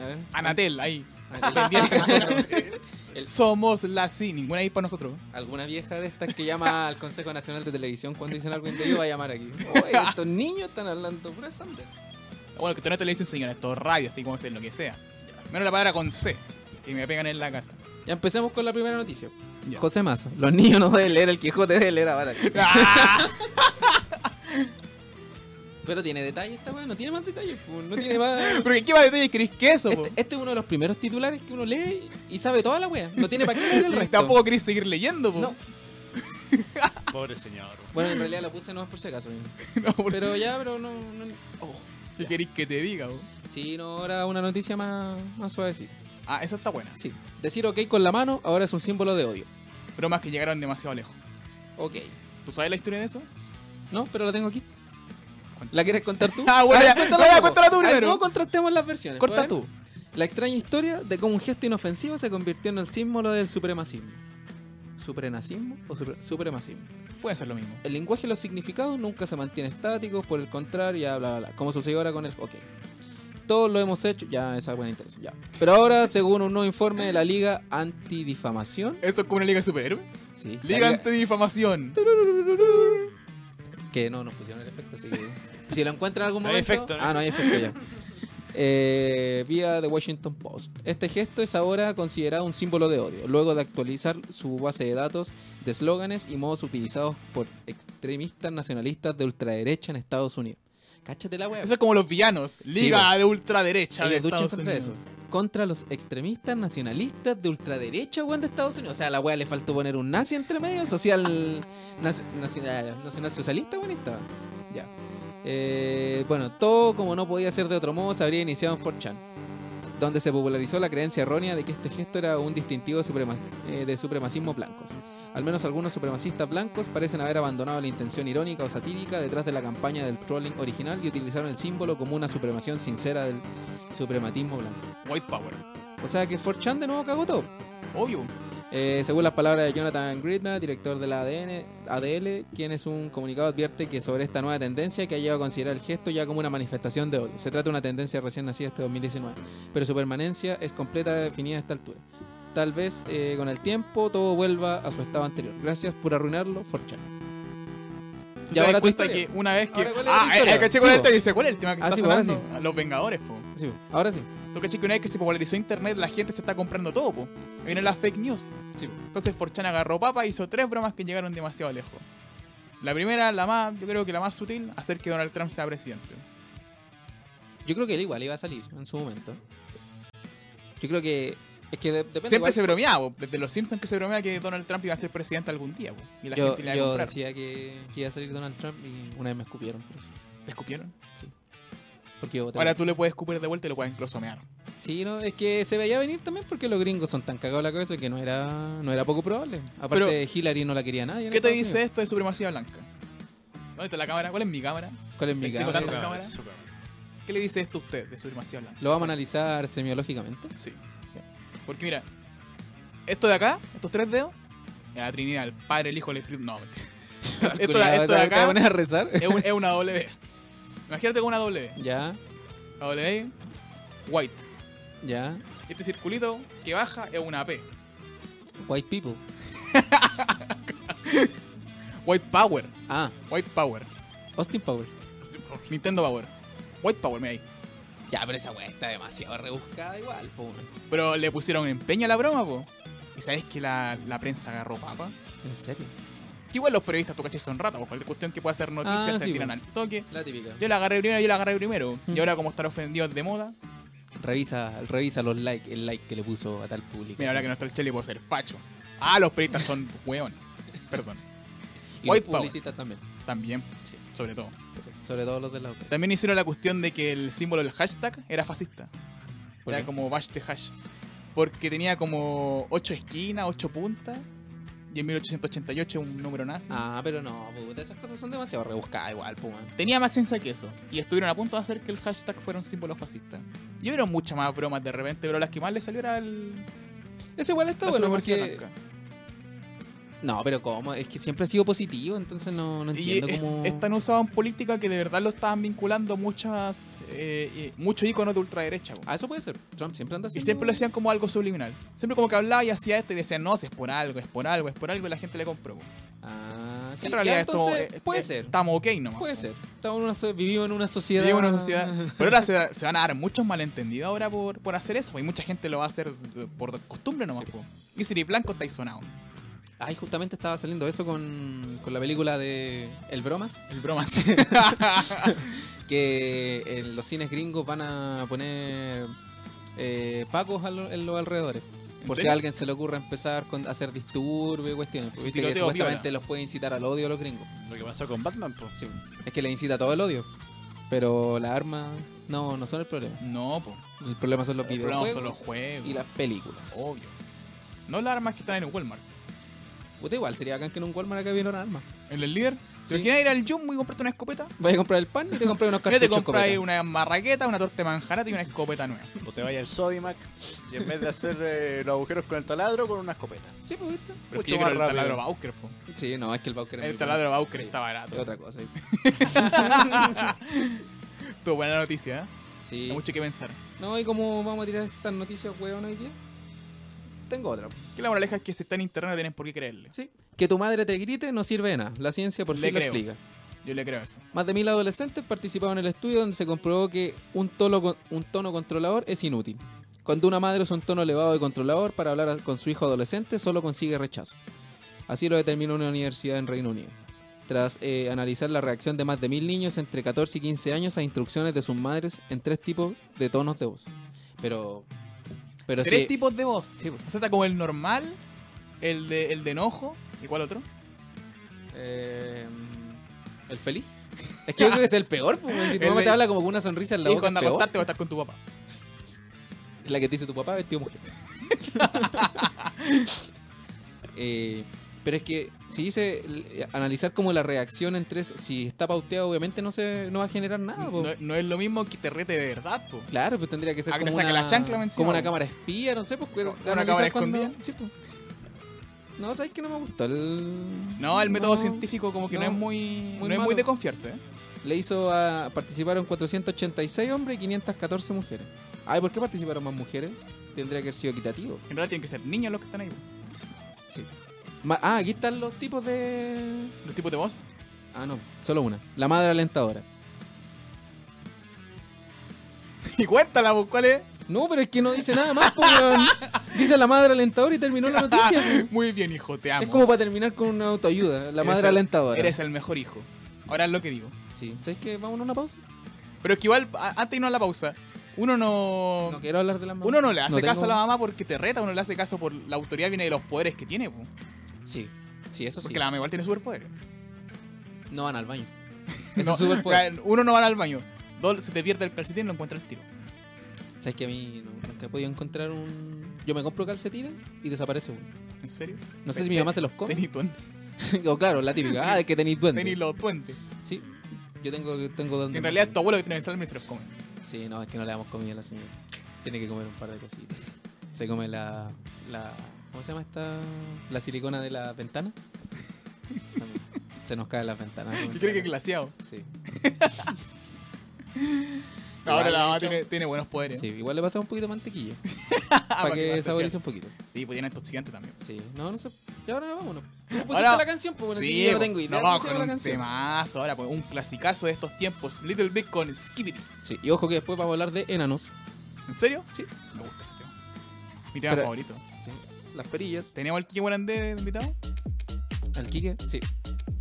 S3: A ver.
S1: Anatel, ahí. <laughs>
S3: a ver,
S1: Pendiente de
S3: <laughs>
S1: nosotros. <laughs> Somos la sí. Ninguna ahí para nosotros.
S3: Alguna vieja de estas que
S1: <laughs>
S3: llama al Consejo Nacional de Televisión cuando dicen algo indebido va a llamar aquí. Oye, estos niños están hablando puras sandes.
S1: Bueno, que tenés televisión, señores. Todo radio, así como sea, lo que sea. Menos la palabra con C. Y me pegan en la
S3: <laughs>
S1: casa.
S3: Ya empecemos con la primera noticia.
S1: Ya.
S3: José Massa. Los niños no deben leer el Quijote, deben leer a Barak.
S1: ¡Ah!
S3: Pero tiene detalles esta weá, no tiene más detalles, pues, no
S1: <laughs>
S3: tiene más.
S1: Pero ¿qué más detalles querés que eso, po?
S3: Este, este es uno de los primeros titulares que uno lee y sabe toda la wea. No tiene para qué leer
S1: <laughs>
S3: el
S1: Y
S3: resto.
S1: Tampoco querés seguir leyendo, po.
S3: No.
S4: pobre señor.
S3: Bueno, en realidad la puse no es por si acaso. mira.
S1: <laughs> No, porque
S3: Pero ya, pero no. no- oh.
S1: ¿qué querés que te diga, po?
S3: Sí, no, ahora una noticia más, más suavecita.
S1: Ah, esa está buena.
S3: Sí. Decir ok con la mano ahora es un símbolo de odio.
S1: Bromas que llegaron demasiado lejos.
S3: Ok.
S1: ¿Tú sabes la historia de eso?
S3: No, pero la tengo aquí. ¿La quieres contar tú?
S1: <laughs> Ah, bueno,
S3: A ver,
S1: ya.
S3: cuéntala
S1: Ya,
S3: tú.
S1: cuéntala tú
S3: Ay,
S1: primero.
S3: No contrastemos las versiones.
S1: Corta
S3: ¿pueden?
S1: tú.
S3: La extraña historia de cómo un gesto inofensivo se convirtió en el símbolo del supremacismo. ¿Suprenacismo o supre- supremacismo?
S1: Puede ser lo mismo.
S3: El lenguaje y los significados nunca se mantienen estáticos, por el contrario, ya bla bla bla. Como sucedió ahora con el. Ok. Todos lo hemos hecho, ya es algo de interés, ya. Pero ahora, según un nuevo informe de la Liga Antidifamación,
S1: Eso es como una liga de superhéroes.
S3: sí, la
S1: Liga antidifamación.
S3: Que no nos pusieron el efecto, así que. <laughs> si lo encuentran en algún
S4: No hay
S3: momento.
S4: efecto, ¿no?
S3: Ah, no hay efecto ya. Eh, vía The Washington Post. Este gesto es ahora considerado un símbolo de odio, luego de actualizar su base de datos de eslóganes y modos utilizados por extremistas nacionalistas de ultraderecha en Estados Unidos. Cáchate la wea.
S1: Eso es como los villanos. Liga
S3: po.
S1: de ultraderecha de
S3: Ellos luchan
S1: Estados
S3: contra
S1: Unidos.
S3: eso. Contra los extremistas nacionalistas de ultraderecha, weón, de Estados Unidos. O sea, a la weá le faltó poner un nazi entre medio, social. naci- nacional, nacional socialista, weón, estaba. Ya. Eh, bueno, todo como no podía ser de otro modo, se habría iniciado en 4chan, donde se popularizó la creencia errónea de que este gesto era un distintivo suprema- eh, de supremacismo blancos. Al menos algunos supremacistas blancos parecen haber abandonado la intención irónica o satírica detrás de la campaña del trolling original y utilizaron el símbolo como una supremación sincera del suprematismo blanco.
S1: White Power.
S3: O sea que 4chan de nuevo cagó todo.
S1: Obvio.
S3: Eh, según las palabras de Jonathan Gridner, director de la ADN, ADL, quien es un comunicado advierte que sobre esta nueva tendencia que ha llegado a considerar el gesto ya como una manifestación de odio. Se trata de una tendencia recién nacida este 2019, pero su permanencia es completa definida a esta altura. Tal vez eh, con el tiempo todo vuelva a su estado anterior. Gracias por arruinarlo, 4chan.
S1: ¿Tú
S3: Ya,
S1: te
S3: ahora
S1: das
S3: tu
S1: cuenta
S3: historia.
S1: que una vez que.
S3: Ahora, ¿cuál es la
S1: Ah, eh,
S3: historia?
S1: eh, caché cuál es
S3: Sí,
S1: el tema. Dice, ¿cuál es el tema que
S3: Ah,
S1: está
S3: sí, ahora
S1: sonando? A Los Vengadores, po.
S3: Sí, ahora sí.
S1: Tú caché que una vez
S3: Mm.
S1: que se popularizó internet, la gente se está comprando todo, po. Vienen las fake news.
S3: Sí.
S1: Entonces Forchan agarró papa e hizo tres bromas que llegaron demasiado lejos. La primera, la más, yo creo que la más sutil, hacer que Donald Trump sea presidente.
S3: Yo creo que él igual iba a salir en su momento. Yo creo que... Es que de- depende
S1: Siempre
S3: igual-
S1: se bromeaba, po. desde los Simpsons que se bromeaba que Donald Trump iba a ser presidente algún día, po. Y la
S3: yo
S1: gente le iba a
S3: yo
S1: comprar.
S3: decía que, que iba a salir Donald Trump y una vez me escupieron por eso.
S1: ¿Te escupieron?
S3: Sí. Porque yo voté
S1: Ahora
S3: por-
S1: tú le puedes escupir de vuelta y lo puedes enclosomear.
S3: Sí, no, es que se veía venir también porque los gringos son tan cagados en la cabeza que no era, no era poco probable. Aparte,
S1: Pero-
S3: Hillary no la quería nadie. en
S1: ¿Qué te
S3: Estados
S1: dice
S3: Unidos.
S1: esto de supremacía blanca? ¿Dónde está la cámara? ¿Cuál es mi cámara?
S3: ¿Cuál es mi
S1: Explica
S3: caso?
S1: tanto.
S4: Cámara,
S1: cámara?
S4: su cámara.
S1: ¿Qué le dice esto a usted de supremacía blanca?
S3: Lo vamos a analizar semiológicamente.
S1: Sí. Ya. Porque mira, esto de acá, estos tres dedos, es la Trinidad, el Padre, el Hijo, el Espíritu. No,
S3: <laughs>
S1: mentira. esto,
S3: Culeado,
S1: esto de
S3: te- te
S1: acá
S3: pones a rezar?
S1: es, un- es una W. Imagínate con una W.
S3: ya,
S1: La W, white.
S3: ya.
S1: Y este circulito que baja es una P.
S3: White people.
S1: White Power.
S3: Ah,
S1: White Power.
S3: Austin Powers.
S1: Nintendo Power. White Power, mira ahí.
S3: Ya, pero esa weá está demasiado rebuscada igual, po, weón.
S1: Pero le pusieron empeño a la broma, po. ¿Y sabes que la, la prensa agarró papa?
S3: ¿En serio?
S1: Que igual los periodistas, tu caché, son ratas, po. Cualquier cuestión que pueda hacer noticias
S3: Ah,
S1: se
S3: sí,
S1: tiran
S3: po.
S1: al toque.
S3: La típica.
S1: Yo la agarré primero, yo la agarré primero.
S3: Mm.
S1: Y ahora, como estar ofendidos de moda,
S3: Revisa, revisa los likes, el like que le puso a tal público.
S1: mira, ahora que no está el Cheli por ser facho. Ah, los periodistas son
S3: <laughs>
S1: weón. Perdón.
S3: Y los
S1: White Power.
S3: publicistas también.
S1: También,
S3: Sí.
S1: sobre todo.
S3: Sobre todo los de la UCE.
S1: También hicieron la cuestión de que el símbolo del hashtag era fascista.
S3: ¿Por
S1: Era
S3: qué?
S1: como bash de hash. Porque tenía como 8 esquinas, 8 puntas. Y en 1888 un número nazi.
S3: Ah, pero no, puta, esas cosas son demasiado rebuscadas igual, po, weón.
S1: Tenía más ciencia que eso. Y estuvieron a punto de hacer que el hashtag fuera un símbolo fascista. Y hubieron muchas más bromas de repente, pero las que más le salió era el.
S3: Ese igual está
S1: la
S3: bueno
S1: supremacía
S3: porque...
S1: blanca.
S3: No, pero ¿cómo? Es que siempre ha sido positivo, entonces no, no
S1: Y
S3: entiendo
S1: es-
S3: cómo...
S1: es tan usado en política que de verdad lo estaban vinculando muchas eh, eh, muchos iconos de ultraderecha. po.
S3: Ah, eso puede ser. Trump siempre anda
S1: Y
S3: haciendo...
S1: siempre lo hacían como algo subliminal. Siempre como que hablaba y hacía esto y decían, no, si es por algo, es por algo, es por algo y la gente le compró. po.
S3: Ah, sí.
S1: en realidad
S3: ya,
S1: esto
S3: entonces,
S1: eh,
S3: puede
S1: eh,
S3: ser.
S1: Estamos ok nomás.
S3: Puede
S1: po.
S3: ser. Estamos en una so- vivimos en una sociedad...
S1: Vivimos en una sociedad. Pero ahora se, se van a dar muchos malentendidos ahora por, por hacer eso. Y mucha gente lo va a hacer de- por costumbre nomás.
S3: Sí.
S1: po. Y si eres blanco, estáis sonado.
S3: <laughs> Ay, justamente estaba saliendo eso con, con la película de El Bromas,
S1: El bromas.
S3: que en los cines gringos van a poner eh, pacos a lo- en los alrededores. Por si a
S1: serio?
S3: alguien se le ocurre empezar con, a hacer disturbios y cuestiones.
S1: Sí,
S3: Porque viste que
S1: tiroteos,
S3: supuestamente
S1: viola.
S3: los puede incitar al odio a los gringos.
S4: Lo que pasó con Batman, pues.
S3: Sí, es que le incita todo el odio. Pero las armas no, no son el problema.
S1: <laughs> no, po.
S3: El problema son los
S1: El problema
S3: videojuegos
S1: son los Oh. juegos.
S3: y las películas.
S1: Obvio. No las armas que están en Walmart.
S3: Puta, igual sería acá que en un Walmart acá vieron armas.
S1: ¿En el líder?
S3: Sí.
S1: ¿Se imaginas ir al Jumbo y comprarte una escopeta?
S3: Vaya a comprar el pan y te compras unos
S1: <laughs> Mira,
S3: cartuchos.
S1: te compras
S3: copeta.
S1: una marraqueta, una torta de manjarate y una escopeta nueva.
S4: O te vaya el Sodimac y en vez de hacer eh, los agujeros con el taladro, con una escopeta.
S3: Sí, pues, ¿viste?
S4: Mucho
S1: Porque yo
S4: más
S1: quiero el
S4: rápido.
S1: taladro Bauker, po.
S3: Sí, no, es que el Bauker es
S1: El
S3: muy
S1: taladro
S3: bueno.
S1: Bauker
S3: Sí,
S1: está
S3: Es
S1: barato.
S3: otra cosa. sí.
S1: Tu buena noticia, ¿eh?
S3: Sí.
S1: Hay mucho que pensar.
S3: No, y como vamos a tirar estas noticias, weón, hoy día. Tengo otra.
S1: Que la moraleja es que si está en internet no tienen por qué creerle.
S3: Sí. Que tu madre te grite no sirve de nada. La ciencia por
S1: Le
S3: fin lo
S1: creo.
S3: explica.
S1: Yo le creo eso.
S3: Más de mil adolescentes participaron en el estudio donde se comprobó que un tono, con- un tono controlador es inútil. Cuando una madre usa un tono elevado de controlador para hablar a- con su hijo adolescente, solo consigue rechazo. Así lo determinó una universidad en Reino Unido. Tras eh, analizar la reacción de más de mil niños entre 14 y 15 años a instrucciones de sus madres en tres tipos de tonos de voz. Pero. Pero
S1: Tres
S3: sí.
S1: tipos de voz.
S3: Sí, po.
S1: O sea, está como el normal, el de, el de enojo. ¿Y cuál otro?
S3: eh, ¿El feliz? Es que yo creo que es el peor, pues, si tu
S1: El
S3: mamá te
S1: de-
S3: habla como con una sonrisa en la
S1: y
S3: boca.
S1: cuando
S3: es peor.
S1: acostarte va a estar con tu papá.
S3: La que te dice tu papá vestido de mujer. <laughs> Eh, pero es que si dice l- analizar como la reacción entre es- si está pauteado, obviamente no se no va a generar nada. Ah, po.
S1: No, no es lo mismo que te rete de verdad, po.
S3: Claro, pues tendría que ser
S1: Ah, que te
S3: como
S1: saque
S3: una,
S1: la chancla encima,
S3: como una
S1: po.
S3: cámara espía, no sé, pues que-
S1: Una
S3: analizar
S1: cámara
S3: cuando-
S1: escondida.
S3: sí, pues. No, sabes que no me gustó el
S1: No, el método
S3: no.
S1: científico como que no,
S3: No.
S1: es muy, no es
S3: malo.
S1: muy de confiarse. ¿eh?
S3: Le hizo a participaron 486 hombres y 514 mujeres. Ay, ¿por qué participaron más mujeres? Tendría que haber sido equitativo.
S1: En realidad tienen que ser niños los que están ahí. po.
S3: Ma- ah, aquí están los tipos de
S1: Los tipos de voz.
S3: Ah, no, solo una. La madre alentadora.
S1: <laughs> Y cuéntala, po, ¿cuál es?
S3: No, pero es que no dice nada más,
S1: <laughs>
S3: po, weón. Dice la madre alentadora y terminó la noticia. po.
S1: Muy bien, hijo, te amo.
S3: Es como para terminar con una autoayuda. La
S1: Eres
S3: madre
S1: el-
S3: alentadora.
S1: Eres el mejor hijo. Ahora es lo que digo.
S3: Sí. ¿Sabes qué? Vámonos a una pausa.
S1: Pero es que igual, a- antes de irnos a la pausa, uno no...
S3: No quiero hablar de la mamá.
S1: Uno no le hace caso
S3: tengo-
S1: a la mamá porque te reta, uno le hace caso por la autoridad viene de los poderes que tiene, po.
S3: Sí. Sí, eso Pues sí.
S1: porque la mamá igual tiene superpoderes. <laughs>
S3: No van al baño. Eso
S1: No,
S3: es superpoder.
S1: Uno no va al baño. Dol se te pierde el calcetín y lo encuentra el tiro.
S3: ¿Sabes que a mí nu- nunca he podido encontrar un. Yo me compro calcetines y desaparece uno.
S1: ¿En serio?
S3: No sé si mi mamá se los come.
S1: Tení duende.
S3: <laughs> o claro, la típica. Ah, es que tenéis duende.
S1: Tení los duendes.
S3: Sí. Yo tengo, tengo duende.
S1: En realidad, tu abuelo que tiene Alzheimer se los come.
S3: Sí, no, es que no le damos comida a la señora. Tiene que comer un par de cositas. Se come la. la ¿Cómo se llama esta? La silicona de la ventana. También. Se nos cae la ventana.
S1: Y cree que es glaciado.
S3: Sí.
S1: <laughs> No, Ahora
S3: Igual,
S1: la
S3: de
S1: mamá
S3: hecho-
S1: tiene, tiene buenos poderes. <laughs>
S3: Sí, igual le pasamos un poquito de mantequilla.
S1: ¿eh? Ah, Para
S3: para
S1: que
S3: que
S1: pase
S3: saborice un poquito.
S1: Sí, pues tiene intoxicante también.
S3: Sí, no, no sé. Y ahora vámonos. Tú pusiste
S1: Ahora-
S3: la canción, pues bueno, sí,
S1: sí,
S3: yo no
S1: pues,
S3: tengo idea.
S1: nos
S3: de
S1: vamos
S3: cómo
S1: con
S3: se llama la
S1: un
S3: canción.
S1: temazo ahora, pues, un clasicazo de estos tiempos. Little Big con Skibidi.
S3: Sí, y ojo que después vamos a hablar de enanos.
S1: ¿En serio?
S3: Sí.
S1: Me gusta ese tema. Mi tema
S3: Pero-
S1: favorito.
S3: Sí, las perillas.
S1: ¿Teníamos al Kike Guarandé invitado?
S3: Al Quique, sí.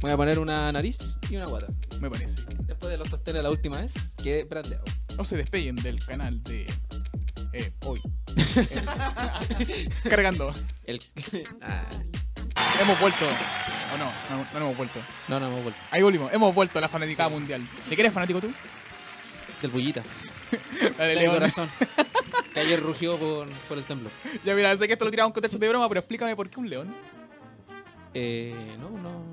S3: Voy a poner una nariz y una guata.
S1: Me parece.
S3: Después de los sostenes la última vez, quedé brandeado.
S1: No se despeguen del canal de eh,
S3: <laughs>
S1: hoy. Es- Cargando.
S3: El... Ah,
S1: Hemos vuelto. ¿O no? No, no, hemos vuelto.
S3: no, no, hemos vuelto.
S1: Ahí volvimos. Hemos vuelto a la fanaticada mundial. ¿De qué eres fanático tú?
S3: Del bullita.
S1: La de
S3: Del
S1: León.
S3: corazón. que ayer rugió por, por el temblor.
S1: <laughs> Ya mira, sé que esto lo tiraba un contexto de broma, pero explícame por qué un león. <laughs>
S3: Eh, no, no.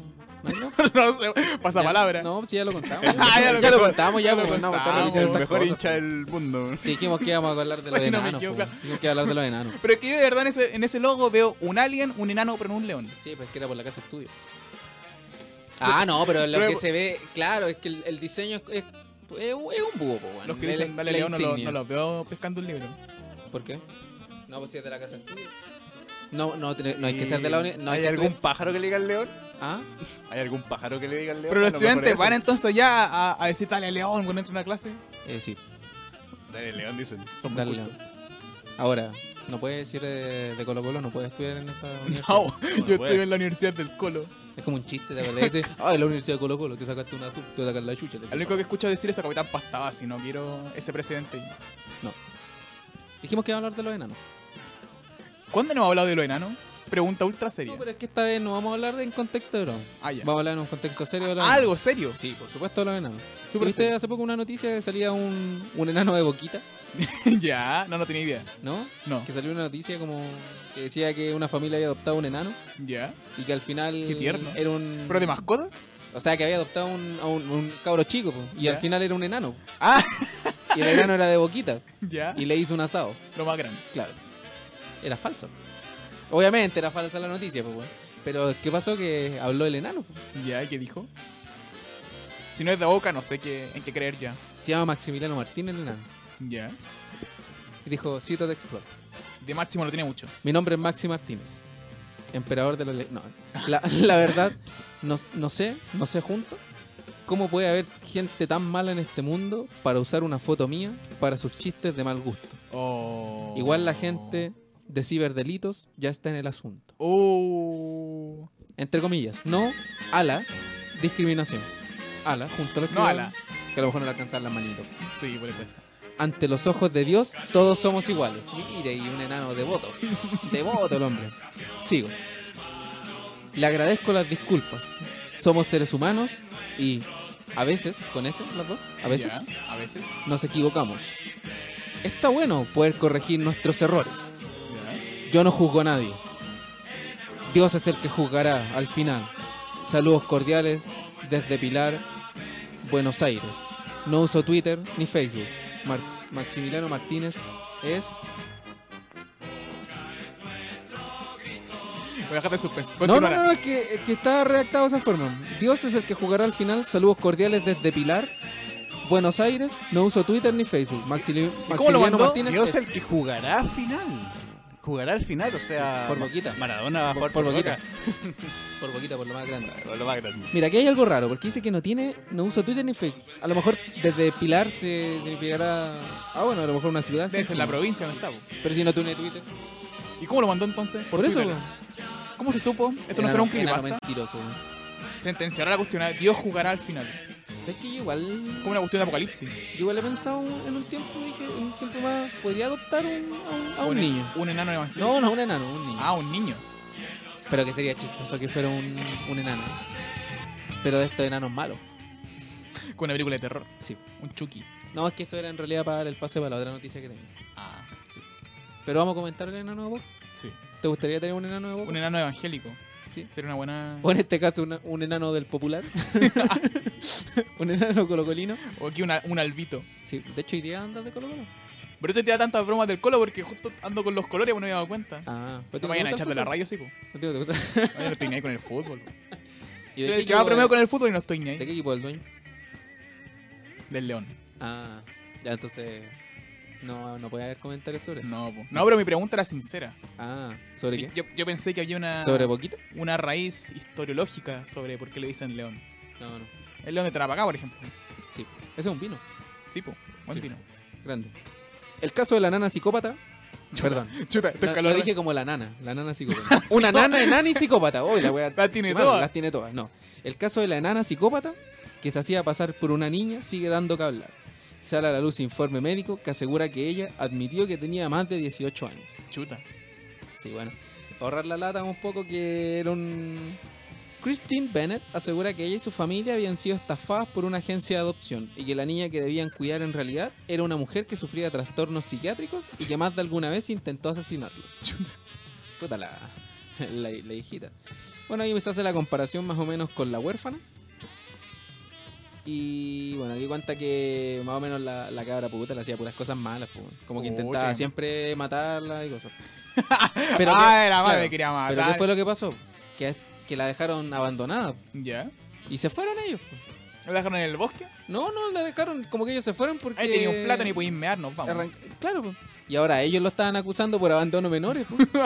S3: No, no.
S1: <laughs> no sé, pasa palabra.
S3: No, si ya lo contamos.
S1: <laughs> Ah, ya lo
S3: ya lo
S1: contamos.
S3: contamos, ya
S1: Ya lo
S3: lo contamos.
S1: contamos.
S3: estamos repitiendo
S4: El
S1: El
S3: estas
S4: mejor
S3: cosas.
S4: hincha del mundo.
S3: Sí, dijimos que íbamos a hablar de los
S1: Ay, no me
S3: enanos. po.
S1: equivoco.
S3: Dijimos que íbamos a hablar de los enanos.
S1: Pero es que de verdad en ese, en ese logo veo un alien, un enano, pero no un león.
S3: Sí, pues que era por la casa estudio. Ah, no, pero lo
S1: Pero-
S3: que se ve, claro, es que el, el diseño es, es, es un es un búho, po, weón.
S1: Los que
S3: La-
S1: dicen dale
S3: la
S1: león no, lo-
S3: insignia.
S1: no los veo pescando un libro.
S3: ¿Por qué? No, pues si es de la casa estudio. No, no, tiene- no hay que ser de la uni- No hay,
S4: ¿Hay
S3: que
S4: algún
S3: estudiar-
S4: pájaro que le diga al león?
S3: Ah,
S4: ¿Hay algún pájaro que le diga al león?
S1: Pero los
S4: A lo mejor
S1: estudiantes
S4: eso.
S1: van entonces ya a, a decir dale león cuando entran a clase.
S3: eh, sí,
S4: Dale, león, dicen.
S1: Son muy
S3: dale
S1: cultos.
S3: león. Ahora, no puedes ir de, de Colo Colo, no puedes estudiar en esa universidad.
S1: <laughs> No, yo
S4: bueno.
S1: estoy en la Universidad del Colo.
S3: Es como un chiste, ¿te acuerdas? Dice, ay, la universidad de Colo Colo, te sacaste una azul, te vas a sacar la chucha. le
S1: Lo único que escucho decir es a Capitán Pastabasi, no quiero ese presidente.
S3: Dijimos que iba a hablar de los enanos.
S1: ¿Cuándo no ha hablado de lo enano? Pregunta ultra seria.
S3: No, pero es que esta vez no vamos a hablar de- en contexto de broma.
S1: Ah, ya. Ah,
S3: Vamos a hablar en un contexto serio de los enanos.
S1: Algo serio. <laughs>
S3: Sí, por supuesto de los enanos.
S1: Súper
S3: ¿Viste hace poco una noticia que salía un, un enano de boquita,
S1: serio. ya, no, no tenía idea.
S3: ¿no?
S1: No,
S3: Que salió una noticia como que decía que una familia había adoptado un enano
S1: ya.
S3: y que al final
S1: Qué tierno.
S3: era un...
S1: ¿Pero de mascota?
S3: O sea, que había adoptado un, a un, un cabro chico po, y
S1: Ya.
S3: al final era un enano.
S1: Ah.
S3: Y el enano era de boquita
S1: Ya.
S3: y le hizo un asado,
S1: Lo más grande.
S3: claro. Era falso. Obviamente era falsa la noticia, pues. Pero ¿qué pasó? Que habló el enano. po.
S1: Ya, ¿y qué dijo? Si no es de boca, no sé qué, en qué creer ya.
S3: Se llama Maximiliano Martín el enano.
S1: Ya.
S3: Y dijo, cita textual.
S1: De máximo no tiene mucho.
S3: Mi nombre es Maxi Martínez, emperador de los... le- No, la, <laughs> la verdad, no, no sé, no sé junto cómo puede haber gente tan mala en este mundo para usar una foto mía para sus chistes de mal gusto.
S1: Oh.
S3: Igual la gente de ciberdelitos ya está en el asunto.
S1: Oh.
S3: Entre comillas, no a la discriminación. A la, junto a los
S1: No, ala.
S3: Que a lo mejor no le alcanzan las manitos.
S1: Sí, por supuesto.
S3: Ante los ojos de Dios, todos somos iguales. Mire, y un enano devoto. Devoto el hombre. Sigo. Le agradezco las disculpas. Somos seres humanos y a veces, con eso, las dos, a veces
S1: Ya, a veces.
S3: nos equivocamos. Está bueno poder corregir nuestros errores.
S1: Ya.
S3: Yo no juzgo a nadie. Dios es el que juzgará al final. Saludos cordiales desde Pilar, Buenos Aires. No uso Twitter ni Facebook. Mar- Maximiliano Martínez es.
S1: Voy a dejar de suspenso.
S3: No, no,
S1: Continuará.
S3: no, no, es que, es que está redactado de esa forma. Dios es el que juzgará al final. Saludos cordiales desde Pilar, Buenos Aires. No uso Twitter ni Facebook. Maxili-
S1: lo
S3: Maximiliano
S1: mandó?
S3: Martínez
S4: Dios
S3: es-
S4: el que jugará al final. Jugará al final, o sea.
S3: por boquita.
S4: Maradona va a
S3: Por,
S4: jugar
S3: por
S4: por,
S3: boquita.
S4: Boca.
S3: Por boquita, por lo más grande.
S4: Claro, lo más grande.
S3: Mira, aquí hay algo raro, porque dice que no tiene, no usa Twitter ni Facebook. A lo mejor desde Pilar se significará. Ah, bueno, a lo mejor una ciudad.
S1: Debe ser la provincia donde está. po.
S3: Pero si no tiene Twitter.
S1: ¿Y cómo lo mandó entonces?
S3: Por, eso,
S1: Twitter. ¿Cómo se supo? Esto no será un creepypasta.
S3: mentiroso, weón.
S1: Sentenciará la cuestión. a Dios jugará al final.
S3: ¿Sabes que yo igual.
S1: Como una cuestión de apocalipsis.
S3: Yo igual he pensado en un tiempo, dije, en un tiempo más, podría adoptar un- a un, a un
S1: Un-
S3: niño.
S1: Un enano evangélico.
S3: No, no, un enano, un niño.
S1: Ah, un niño.
S3: Pero que sería chistoso que fuera un, un enano. Pero de estos enanos malos.
S1: Con una película de terror.
S3: Sí.
S1: Un Chucky.
S3: No, es que eso era en realidad para el pase para la otra noticia que tenía.
S1: Ah,
S3: Pero vamos a comentar el enano de Bob.
S1: sí.
S3: ¿Te gustaría tener un enano de Bob?
S1: Un enano evangélico.
S3: Sí.
S1: Sería una buena.
S3: O en este caso, una- un enano
S1: <laughs>
S3: del popular. un enano colocolino.
S1: O aquí una- un albito.
S3: Sí, de hecho, hoy día andas de colocolo.
S1: Por eso te da tantas bromas del colo porque justo ando con los colores, bueno, no me he dado cuenta.
S3: Ah, pero
S1: No me vayan a echar de la radio, sí, po.
S3: <laughs> ¿Y de,
S1: No, yo no estoy ni ahí con el fútbol. po.
S3: qué
S1: Soy el que
S3: equipo
S1: va primero
S3: es-
S1: con el fútbol y no estoy ni
S3: de
S1: ahí.
S3: qué equipo es el dueño?
S1: Del León.
S3: Ah, ya entonces. No, no puede haber comentarios sobre eso.
S1: No, po. No, pero mi pregunta era sincera.
S3: Ah, ¿sobre qué?
S1: Yo, yo pensé que había una,
S3: ¿Sobre poquito?
S1: una raíz historiológica sobre por qué le dicen León.
S3: No, no.
S1: El León de Tarapacá, por ejemplo.
S3: Sí. Ese es un vino.
S1: Sí, po. Buen
S3: Sí.
S1: pino.
S3: Grande. El caso de la nana psicópata. Perdón.
S1: Chuta,
S3: Lo-
S1: estoy
S3: Lo,
S1: calor. ¿eh?
S3: dije como la nana, la
S1: <laughs>
S3: nana psicópata. Una nana enana y psicópata. Hoy la wea.
S1: Las tiene
S3: qué mal,
S1: todas.
S3: Las tiene todas. No. El caso de la enana psicópata que se hacía pasar por una niña sigue dando que hablar. Sale a la luz informe médico que asegura que ella admitió que tenía más de 18 años.
S1: Chuta.
S3: Sí, bueno. Pa' Ahorrar la lata un poco que era un... Christine Bennett asegura que ella y su familia habían sido estafadas por una agencia de adopción y que la niña que debían cuidar en realidad era una mujer que sufría trastornos psiquiátricos y que más de alguna vez intentó asesinarlos. Puta la, la, la hijita. Bueno, ahí se hace la comparación más o menos con la huérfana. Y bueno, aquí cuenta que más o menos la, la cabra puta le hacía puras cosas malas, po. como que intentaba
S1: Puta.
S3: siempre matarla y cosas.
S1: <laughs> ah,
S3: que-
S1: era madre,
S3: claro,
S1: me quería matar.
S3: pero ¿qué fue lo que pasó? Que, que la dejaron abandonada
S1: Ya.
S3: y se fueron ellos. po.
S1: ¿Lo dejaron en el bosque?
S3: No, no, la dejaron como que ellos se fueron porque...
S1: Ahí tenía un plátano y podías mearnos, vamos.
S3: Arranc- Claro, po. y ahora ellos lo estaban acusando por abandono menores. pues.
S1: <laughs>
S3: po.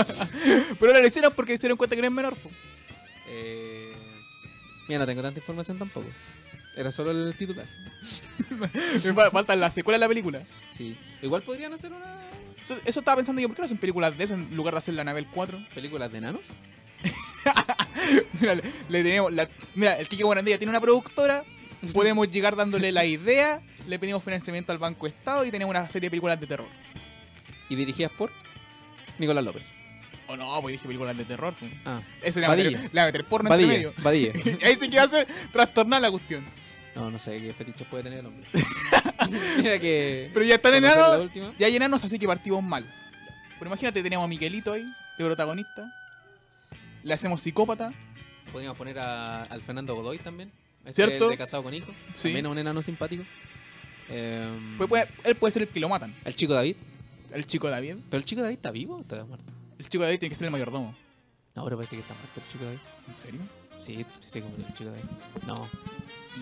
S1: Pero ahora lo hicieron porque se dieron cuenta que no es menor.
S3: <laughs>
S1: po.
S3: Eh, Mira, no tengo tanta información tampoco. Era solo el titular.
S1: Me fal- faltan la secuela de la película.
S3: Sí. Igual podrían hacer una
S1: Eso, eso estaba pensando yo, ¿por qué no hacen películas de eso en lugar de hacer la Anabel 4?
S3: película de enanos.
S1: <laughs> Mira, le, le tenemos la- mira, el Kike Guarandilla tiene una productora, podemos llegar dándole la idea, le pedimos financiamiento al Banco Estado y tenemos una serie de películas de terror.
S3: Y dirigidas por Nicolás López.
S1: O no, pues dije películas de terror. pues.
S3: Ah,
S1: Ese le va a meter-
S3: Vadillo.
S1: le va a meter porno entre
S3: Vadilla.
S1: medio. <laughs>
S3: Vadilla.
S1: Y ahí sí que va a ser trastornar la cuestión.
S3: No, no sé qué fetiches puede tener
S1: <laughs>
S3: el hombre. Mira que.
S1: Pero ya están
S3: ¿Vamos a hacer la
S1: enanos,
S3: última?
S1: ya hay enanos, así que partimos mal. Pero imagínate, tenemos a Miguelito ahí, de protagonista. Le hacemos psicópata.
S3: Podríamos poner a- al Fernando Godoy también. Este
S1: ¿Cierto?
S3: el de casado con hijo.
S1: Sí.
S3: También es un enano simpático. Em,
S1: Pues puede- él puede ser el que lo matan.
S3: Al chico David.
S1: El chico David.
S3: Pero el chico David está vivo o está muerto.
S1: El chico David tiene que ser el mayordomo.
S3: No, pero parece que está muerto el chico David.
S1: ¿En serio?
S3: Sí, sí se comió el chico David. No.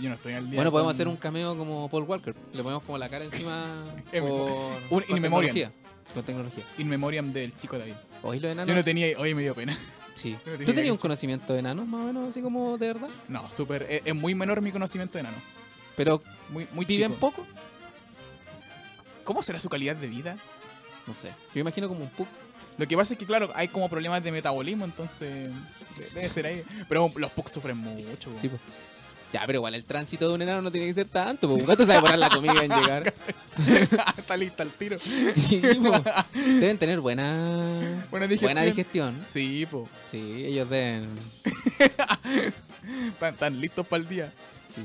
S1: Yo no estoy al día.
S3: Bueno, podemos
S1: con-
S3: hacer un cameo como Paul Walker. Le ponemos como la
S1: <laughs>
S3: cara encima
S1: En-
S3: por,
S1: un- in
S3: con
S1: memoriam.
S3: tecnología. Con tecnología.
S1: In Memoriam del chico David.
S3: ¿Oís los
S1: Yo
S3: enanos?
S1: no tenía. Hoy me dio pena. <laughs>
S3: sí.
S1: tenía
S3: ¿Tú tenías
S1: derecho.
S3: un conocimiento de enanos más o menos así como de verdad?
S1: No, súper. Es, es muy menor mi conocimiento de enano.
S3: Pero
S1: Muy, muy
S3: viven
S1: chico.
S3: poco.
S1: ¿Cómo será su calidad de vida?
S3: No sé. Yo imagino como un pug.
S1: Lo que pasa es que, claro, hay como problemas de metabolismo, entonces. de- Debe ser ahí. Pero los pugs sufren mucho.
S3: Sí, pues. Ya, pero igual el tránsito de un enano no tiene que ser tanto, pues un gato sabe parar la comida
S1: <laughs>
S3: en llegar.
S1: Está lista el tiro.
S3: Sí,
S1: <laughs>
S3: po. Deben tener buena
S1: Bueno, dije.
S3: buena digestión.
S1: Sí, pues.
S3: Sí, ellos deben.
S1: Están, están listos para el día.
S3: Sí.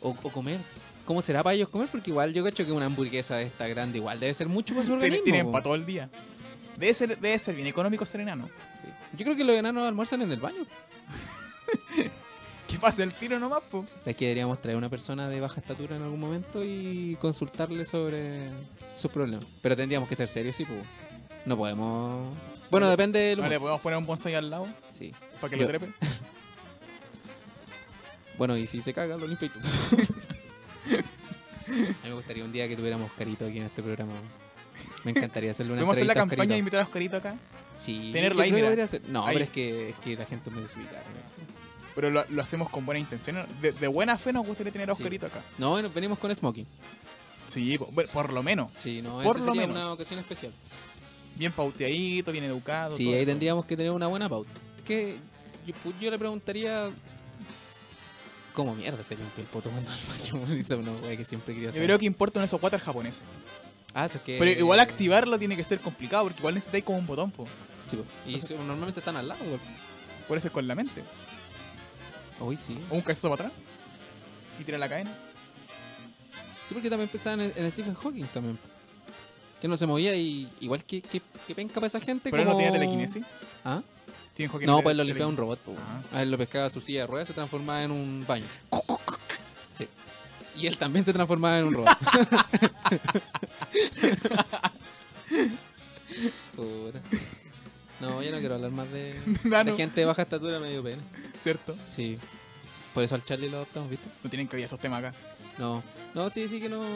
S3: O, o comer. ¿Cómo será para ellos comer? Porque igual yo cacho que una hamburguesa de esta grande igual debe ser mucho para su
S1: Tienen,
S3: organismo.
S1: tienen
S3: po.
S1: para todo el día. Debe ser, debe ser bien económico ser enano.
S3: Sí. Yo creo que los enanos almuerzan en el baño.
S1: Que pase el tiro nomás, pues.
S3: O sea, es que deberíamos traer una persona de baja estatura en algún momento y consultarle sobre sus problemas. Pero tendríamos que ser serios, sí, pues. No podemos. Bueno, depende del humor.
S1: Vale, podemos poner un bonsai al lado
S3: Sí.
S1: para que
S3: Yo-
S1: lo trepe.
S3: Bueno, y si se caga,
S1: <laughs>
S3: lo limpia y tú. A mí me gustaría un día que tuviéramos Carito aquí en este programa. Me encantaría hacerle una
S1: Podemos hacer la
S3: entrevista
S1: campaña de
S3: a Oscarito.
S1: invitar a Oscarito acá.
S3: Sí,
S1: tenerlo
S3: yo
S1: ahí,
S3: creo que
S1: mira.
S3: podría hacer- No,
S1: Ahí.
S3: pero es que, es que la gente me desubicada. ¿no?
S1: Pero lo, lo hacemos con buena intención. De, de buena fe nos gustaría tener a
S3: Sí.
S1: Oscarito acá.
S3: No, bueno, venimos con Smoking.
S1: Sí, po- bueno, por, lo menos.
S3: Sí, no,
S1: Por
S3: esa
S1: lo
S3: sería
S1: menos.
S3: una ocasión especial.
S1: Bien pauteadito, bien educado.
S3: Sí,
S1: todo
S3: ahí
S1: eso.
S3: tendríamos que tener una buena pauta. Que yo, pu- yo le preguntaría. ¿Cómo mierda se limpia el poto cuando al baño? <laughs> Esa es una wea que siempre quería
S1: Yo
S3: hacer.
S1: creo que importan esos cuatro japoneses.
S3: Ah, eso es que.
S1: Pero igual activarlo tiene que ser complicado porque igual necesitáis como un botón, po.
S3: Sí, pues. y so- normalmente están al lado, igual.
S1: Por eso es con la mente.
S3: Uy, sí.
S1: O un cabezazo para atrás. Y tira la cadena.
S3: Sí, porque también pensaban en, en Stephen Hawking también. Que no se movía y igual que, que, que penca para esa gente.
S1: Pero él no
S3: como-
S1: tenía telequinesis.
S3: ¿Ah,
S1: Stephen Hawking
S3: No,
S1: era
S3: pues lo
S1: tele-
S3: limpiaba un robot. po, weón.
S1: Ah.
S3: A él lo pescaba a su silla de ruedas, se transformaba en un baño. Sí. Y él también se transformaba en
S1: <laughs>
S3: un robot. Puta. No, yo no quiero hablar más
S1: <laughs>
S3: de,
S1: Ah,
S3: de
S1: no,
S3: gente de baja estatura, medio pena.
S1: ¿Cierto?
S3: Sí. Por eso al Charlie lo adoptamos, ¿viste?
S1: No tienen que ver estos temas acá. <laughs>
S3: No. No, sí, sí que no. No,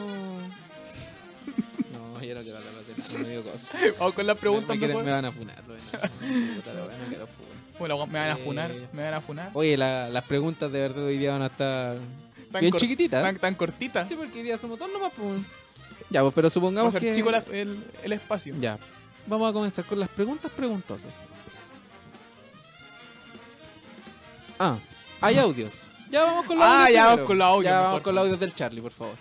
S3: yo no quiero hablar más de eso, no digo cosas.
S1: <laughs> Vamos con las preguntas,
S3: me,
S1: me,
S3: quieren-
S1: pueden-
S3: me van a funar, lo van a- puta la wea, no quiero funar.
S1: Bueno, me van a funar,
S3: Eh,
S1: me van a funar.
S3: Oye, la- las preguntas de verdad hoy día van a estar
S1: Tan
S3: bien
S1: cor-
S3: chiquititas.
S1: Tan, tan cortita.
S3: Sí, porque hoy día somos dos nomás, pues. Ya, pues, pero
S1: Vamos
S3: supongamos
S1: a hacer
S3: que...
S1: chico la- el, el espacio.
S3: Ya. Vamos a comenzar con las preguntas preguntosas. Ah, hay audios. Ya vamos con los
S1: Ah,
S3: audios.
S1: ya vamos
S3: primero.
S1: con los audios,
S3: Ya vamos
S1: mejor. pues.
S3: con los audios del Charlie, por favor.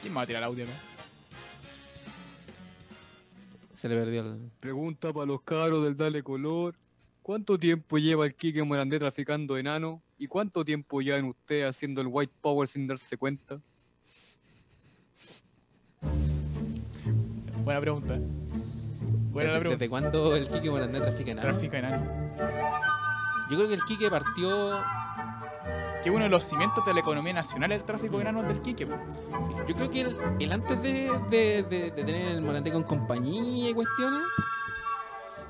S1: ¿Quién me va a tirar audio acá?
S3: Se le perdió el.
S5: Pregunta para los caros del Dale Color. ¿Cuánto tiempo lleva el Kike Morandé traficando enano? ¿Y cuánto tiempo llevan ustedes haciendo el White Power sin darse cuenta?
S1: Buena pregunta. Buena la
S3: ¿Desde,
S1: pregunta.
S3: desde cuándo el Kike Morandé trafica en algo?
S1: Tráfico enano.
S3: Yo creo que el Kike partió.
S1: Que uno de los cimientos de la economía nacional es el tráfico de granos del Quique. po.
S3: sí, yo creo que él, él antes de, de- de- de tener el Morandé con compañía y cuestiones.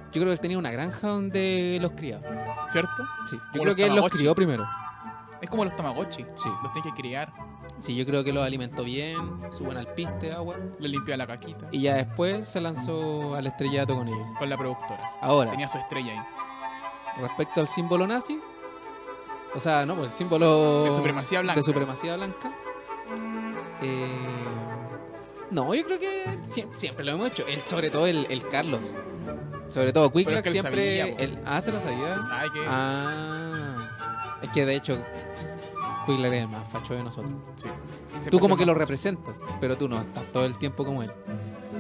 S3: Yo creo que él tenía una granja donde los criaba.
S1: ¿Cierto?
S3: Sí, yo
S1: Como
S3: creo
S1: los
S3: que él los
S1: Tamagotchi.
S3: crió primero.
S1: Es como los Tamagotchi.
S3: Sí.
S1: Los tienes que criar.
S3: Sí, yo creo que los alimentó bien, suben al piste, agua.
S1: Le limpia la caquita.
S3: Y ya después se lanzó al estrellato con ellos.
S1: Con la productora.
S3: Ahora,
S1: Tenía su estrella ahí.
S3: respecto al símbolo nazi, o sea, no, pues el símbolo
S1: De supremacía blanca.
S3: de supremacía blanca, eh, no, yo creo que siem- siempre, lo hemos hecho. Él, sobre todo el, el Carlos. Sobre todo
S1: Pero
S3: Quick
S1: es que él
S3: siempre.
S1: sabía, po.
S3: él- ah, se la sabía.
S1: Ay, que.
S3: Ah, es que de hecho, Quick es el más facho de nosotros.
S1: sí. pues. Se
S3: Tú
S1: pasó
S3: como
S1: el
S3: que lo
S1: ma-
S3: representas, pero tú no estás todo el tiempo como él.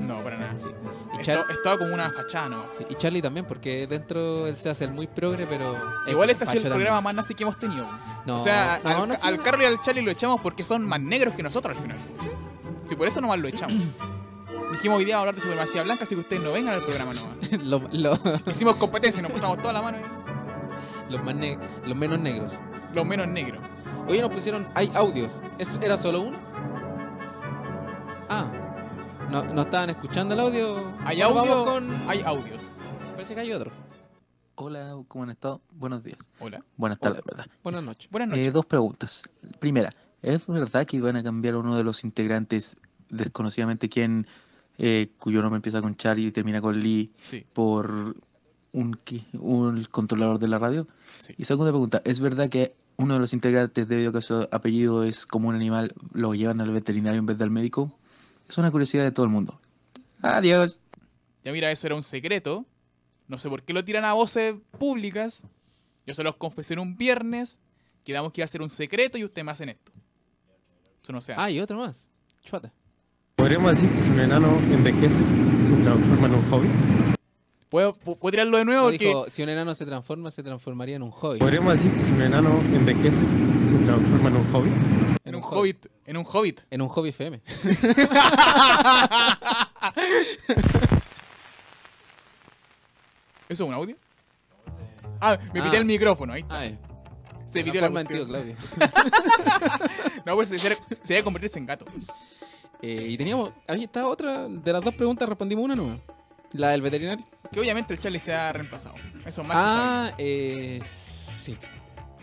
S1: No, para nada.
S3: Sí. Y,
S1: Es
S3: Char-
S1: to- es todo como una fachada nomás.
S3: sí, y Charlie también, porque dentro él se hace el muy progre, pero... es
S1: Igual este ha sido el
S3: facho
S1: programa
S3: también.
S1: más nazi que hemos tenido. po.
S3: No,
S1: o sea,
S3: no,
S1: al,
S3: no ha sido
S1: al
S3: nada. <laughs>
S1: Carlos y al Charlie lo echamos porque son más negros que nosotros al final. Sí. Si por eso nomás lo
S3: <clears throat>
S1: echamos. Dijimos hoy día vamos a hablar de supremacía blanca, así que ustedes no vengan al programa
S3: <laughs>
S1: nomás.
S3: Los, los-
S1: Hicimos competencia, nos mostramos toda la mano y
S3: los más ne- los menos negros.
S1: los menos negros.
S3: Oye, nos pusieron... Hay audios. ¿Es- ¿Era solo uno? Ah. ¿No, no estaban escuchando el audio?
S1: Hay
S3: Bueno, vamos
S1: audio,
S3: con-
S1: hay audios.
S3: Parece que hay otro.
S6: Hola, ¿cómo han estado? Buenos días.
S1: Hola.
S6: Buenas
S1: Hola.
S6: tardes, ¿verdad?
S3: Buenas noches.
S1: Buenas
S6: Eh,
S1: noches.
S6: dos preguntas. Primera, ¿es verdad que iban a cambiar a uno de los integrantes, desconocidamente quién, eh, cuyo nombre empieza con Char y termina con Lee,
S1: Sí,
S6: por un, qui- un controlador de la radio?
S1: sí.
S6: Y segunda pregunta, ¿es verdad que uno de los integrantes, debido a que su apellido es como un animal, lo llevan al veterinario en vez del médico? Es una curiosidad de todo el mundo. Adiós.
S1: Ya mira, eso era un secreto. No sé por qué lo tiran a voces públicas. Yo se los confesé en un viernes. Quedamos que iba a ser un secreto y ustedes me hacen esto. Eso no se hace.
S3: Ah, y otro más. Chuata.
S7: ¿Podríamos decir que si un enano envejece, se transforma en un hobby?
S1: ¿Puedo, pu- puedo tirarlo de nuevo?
S3: No,
S1: Porque
S3: dijo, si un enano se transforma, se transformaría en un hobby.
S7: ¿Podríamos decir que si un enano envejece, se transforma en un hobby?
S1: en un hobbit. En un hobbit.
S3: En un
S1: <laughs>
S3: hobby FM.
S1: ¿Eso es un audio? Ah, me pité
S3: Ah.
S1: el micrófono ahí.
S3: Ah, eh.
S1: Se
S3: La
S1: pitió la
S3: forma en
S1: cuestión.
S3: tío Claudio.
S1: No, pues se, se debe convertirse en gato.
S3: Eh, y teníamos. Ahí está otra. De las dos preguntas respondimos una nomás. La del veterinario.
S1: Que obviamente el Charlie se ha reemplazado. Eso es más
S3: Ah, eh. Sí.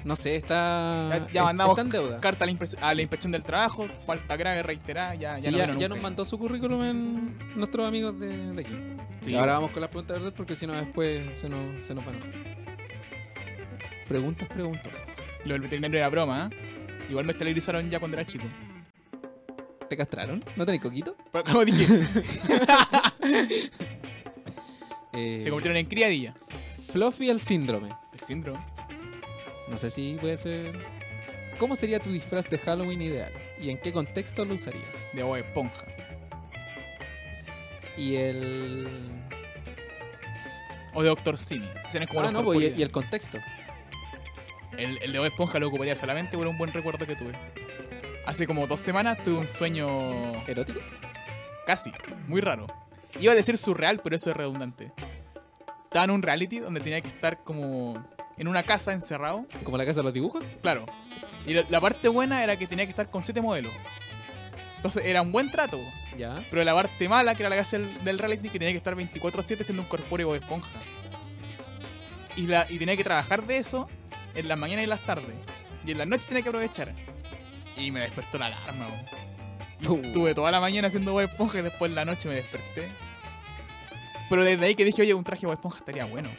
S3: No sé, está.
S1: que sabido. Ya, ya
S3: es-
S1: mandamos
S3: Está en deuda.
S1: carta a la, impresi- a la inspección del trabajo, falta grave, reiterada, ya, ya
S3: Sí,
S1: no
S3: ya,
S1: vino
S3: ya
S1: nunca.
S3: nos mandó su currículum en nuestros amigos de, de aquí.
S1: Sí.
S3: Y ahora vamos con las preguntas de verdad porque si no después se nos, se nos van a enojar. Preguntas, preguntas.
S1: Lo del veterinario era broma, ¿eh? Igual me esterilizaron ya cuando era chico.
S3: ¿Te castraron? ¿No tenés coquito?
S1: Pero
S3: <laughs>
S1: como dije,
S3: Eh,
S1: se convirtieron en criadilla.
S3: Fluffy el síndrome.
S1: El síndrome.
S3: No sé si puede ser. ¿Cómo sería tu disfraz de Halloween ideal? ¿Y en qué contexto lo usarías?
S1: De agua de esponja.
S3: Y el.
S1: O de Doctor Simi. Ese no es como
S3: Ah,
S1: los
S3: no, pues, y,
S1: corpóreos.
S3: y el contexto.
S1: el, el de Bob Esponja lo ocuparía solamente por un buen recuerdo que tuve. Hace como dos semanas tuve un sueño
S3: ¿Erótico?
S1: casi, muy raro. Iba a decir surreal, pero eso es redundante. Estaba en un reality donde tenía que estar como en una casa encerrado,
S3: ¿Como la casa de los dibujos?
S1: claro. Y la- la parte buena era que tenía que estar con siete modelos. Entonces era un buen trato.
S3: Ya.
S1: Pero la parte mala, que era la casa del, del reality, que tenía que estar 24-7 siendo un corpóreo de esponja. Y, la, y tenía que trabajar de eso en las mañanas y las tardes. Y en la noche tenía que aprovechar. Y me despertó la alarma. weón.
S3: Uh.
S1: Estuve toda la mañana haciendo Bob Esponja y después en la noche me desperté. Pero desde ahí que dije, oye, un traje de Bob Esponja estaría bueno.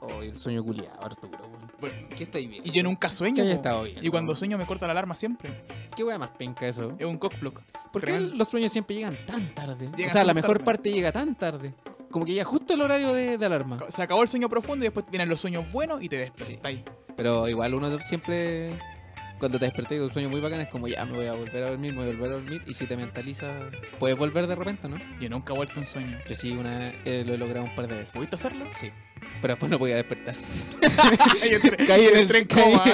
S3: Oh, el sueño culiado, Arturo, weón.
S1: Bueno,
S3: ¿Qué estáis viendo?
S1: Y yo nunca
S3: ¿Qué
S1: sueño.
S3: haya
S1: po.
S3: estado bien?
S1: Y cuando sueño me corta la alarma siempre.
S3: ¿Qué wea más penca eso?
S1: Es un cockblock.
S3: ¿Por qué
S1: tremendo.
S3: los sueños siempre llegan tan tarde?
S1: Llegan
S3: o sea,
S1: tan
S3: la mejor
S1: tarde.
S3: parte llega tan tarde. Como que llega justo el horario de, de alarma.
S1: Se acabó el sueño profundo y después vienen los sueños buenos y te despertáis.
S3: Pero igual uno siempre, cuando te desperté de un sueño muy bacán, es como ya me voy a volver a dormir, me voy a volver a dormir. Y si te mentalizas, puedes volver de repente, ¿no?
S1: Yo nunca he vuelto a un sueño.
S3: Yo sí, una eh, lo he logrado un par de veces.
S1: ¿Pudiste hacerlo?
S3: Sí. Pero después no podía despertar.
S1: Ahí entré-
S3: <laughs> Caí en el
S1: entré
S3: tren
S1: en coma.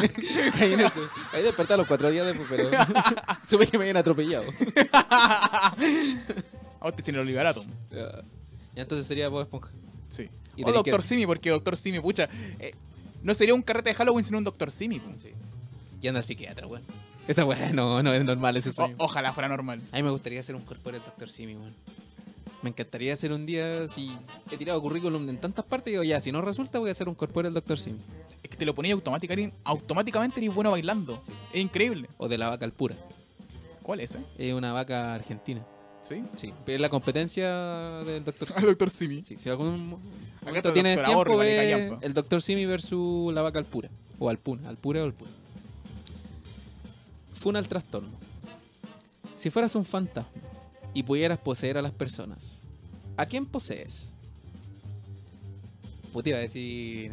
S3: Caí en el sueño. <laughs> Ahí desperté a los cuatro días después, pero <laughs> supe que me habían atropellado. <laughs>
S1: A usted tiene el olivarato.
S3: y entonces sería Bob Esponja.
S1: Sí.
S3: Y
S1: o
S3: tenés que-
S1: Doctor Simi, porque Doctor Simi, pucha. eh, no sería un carrete de Halloween sin un Doctor Simi. po.
S3: Y anda al psiquiatra, weón. Esa weá no, no es normal ese
S1: O-
S3: sueño.
S1: ojalá fuera normal.
S3: A mí me gustaría hacer un corporal Dr. Simi, weón. Me encantaría hacer un día, si he tirado currículum en tantas partes, digo, ya, si no resulta, voy a hacer un corporal Dr. Simi.
S1: Es que te lo ponía automáticamente, automáticamente eres bueno bailando. Es increíble.
S3: O de la vaca al pura.
S1: ¿Cuál es esa?
S3: Es una vaca argentina. <laughs>
S1: ¿Sí?
S3: Sí, pero es la competencia
S1: <laughs>
S3: del Dr.
S1: Al
S3: Simi.
S1: Doctor Simi.
S3: Sí, si algún mo-
S1: Acá está
S3: momento
S1: el
S3: tienes
S1: Dr.
S3: tiempo,
S1: Ahorro y
S3: ve
S1: Marica Yampa.
S3: el Dr. Simi versus la vaca al pura. O al puna, al pura o al pura. Funa al trastorno. Si fueras un fantasma y pudieras poseer a las personas, ¿a quién posees? Puta, iba a decir.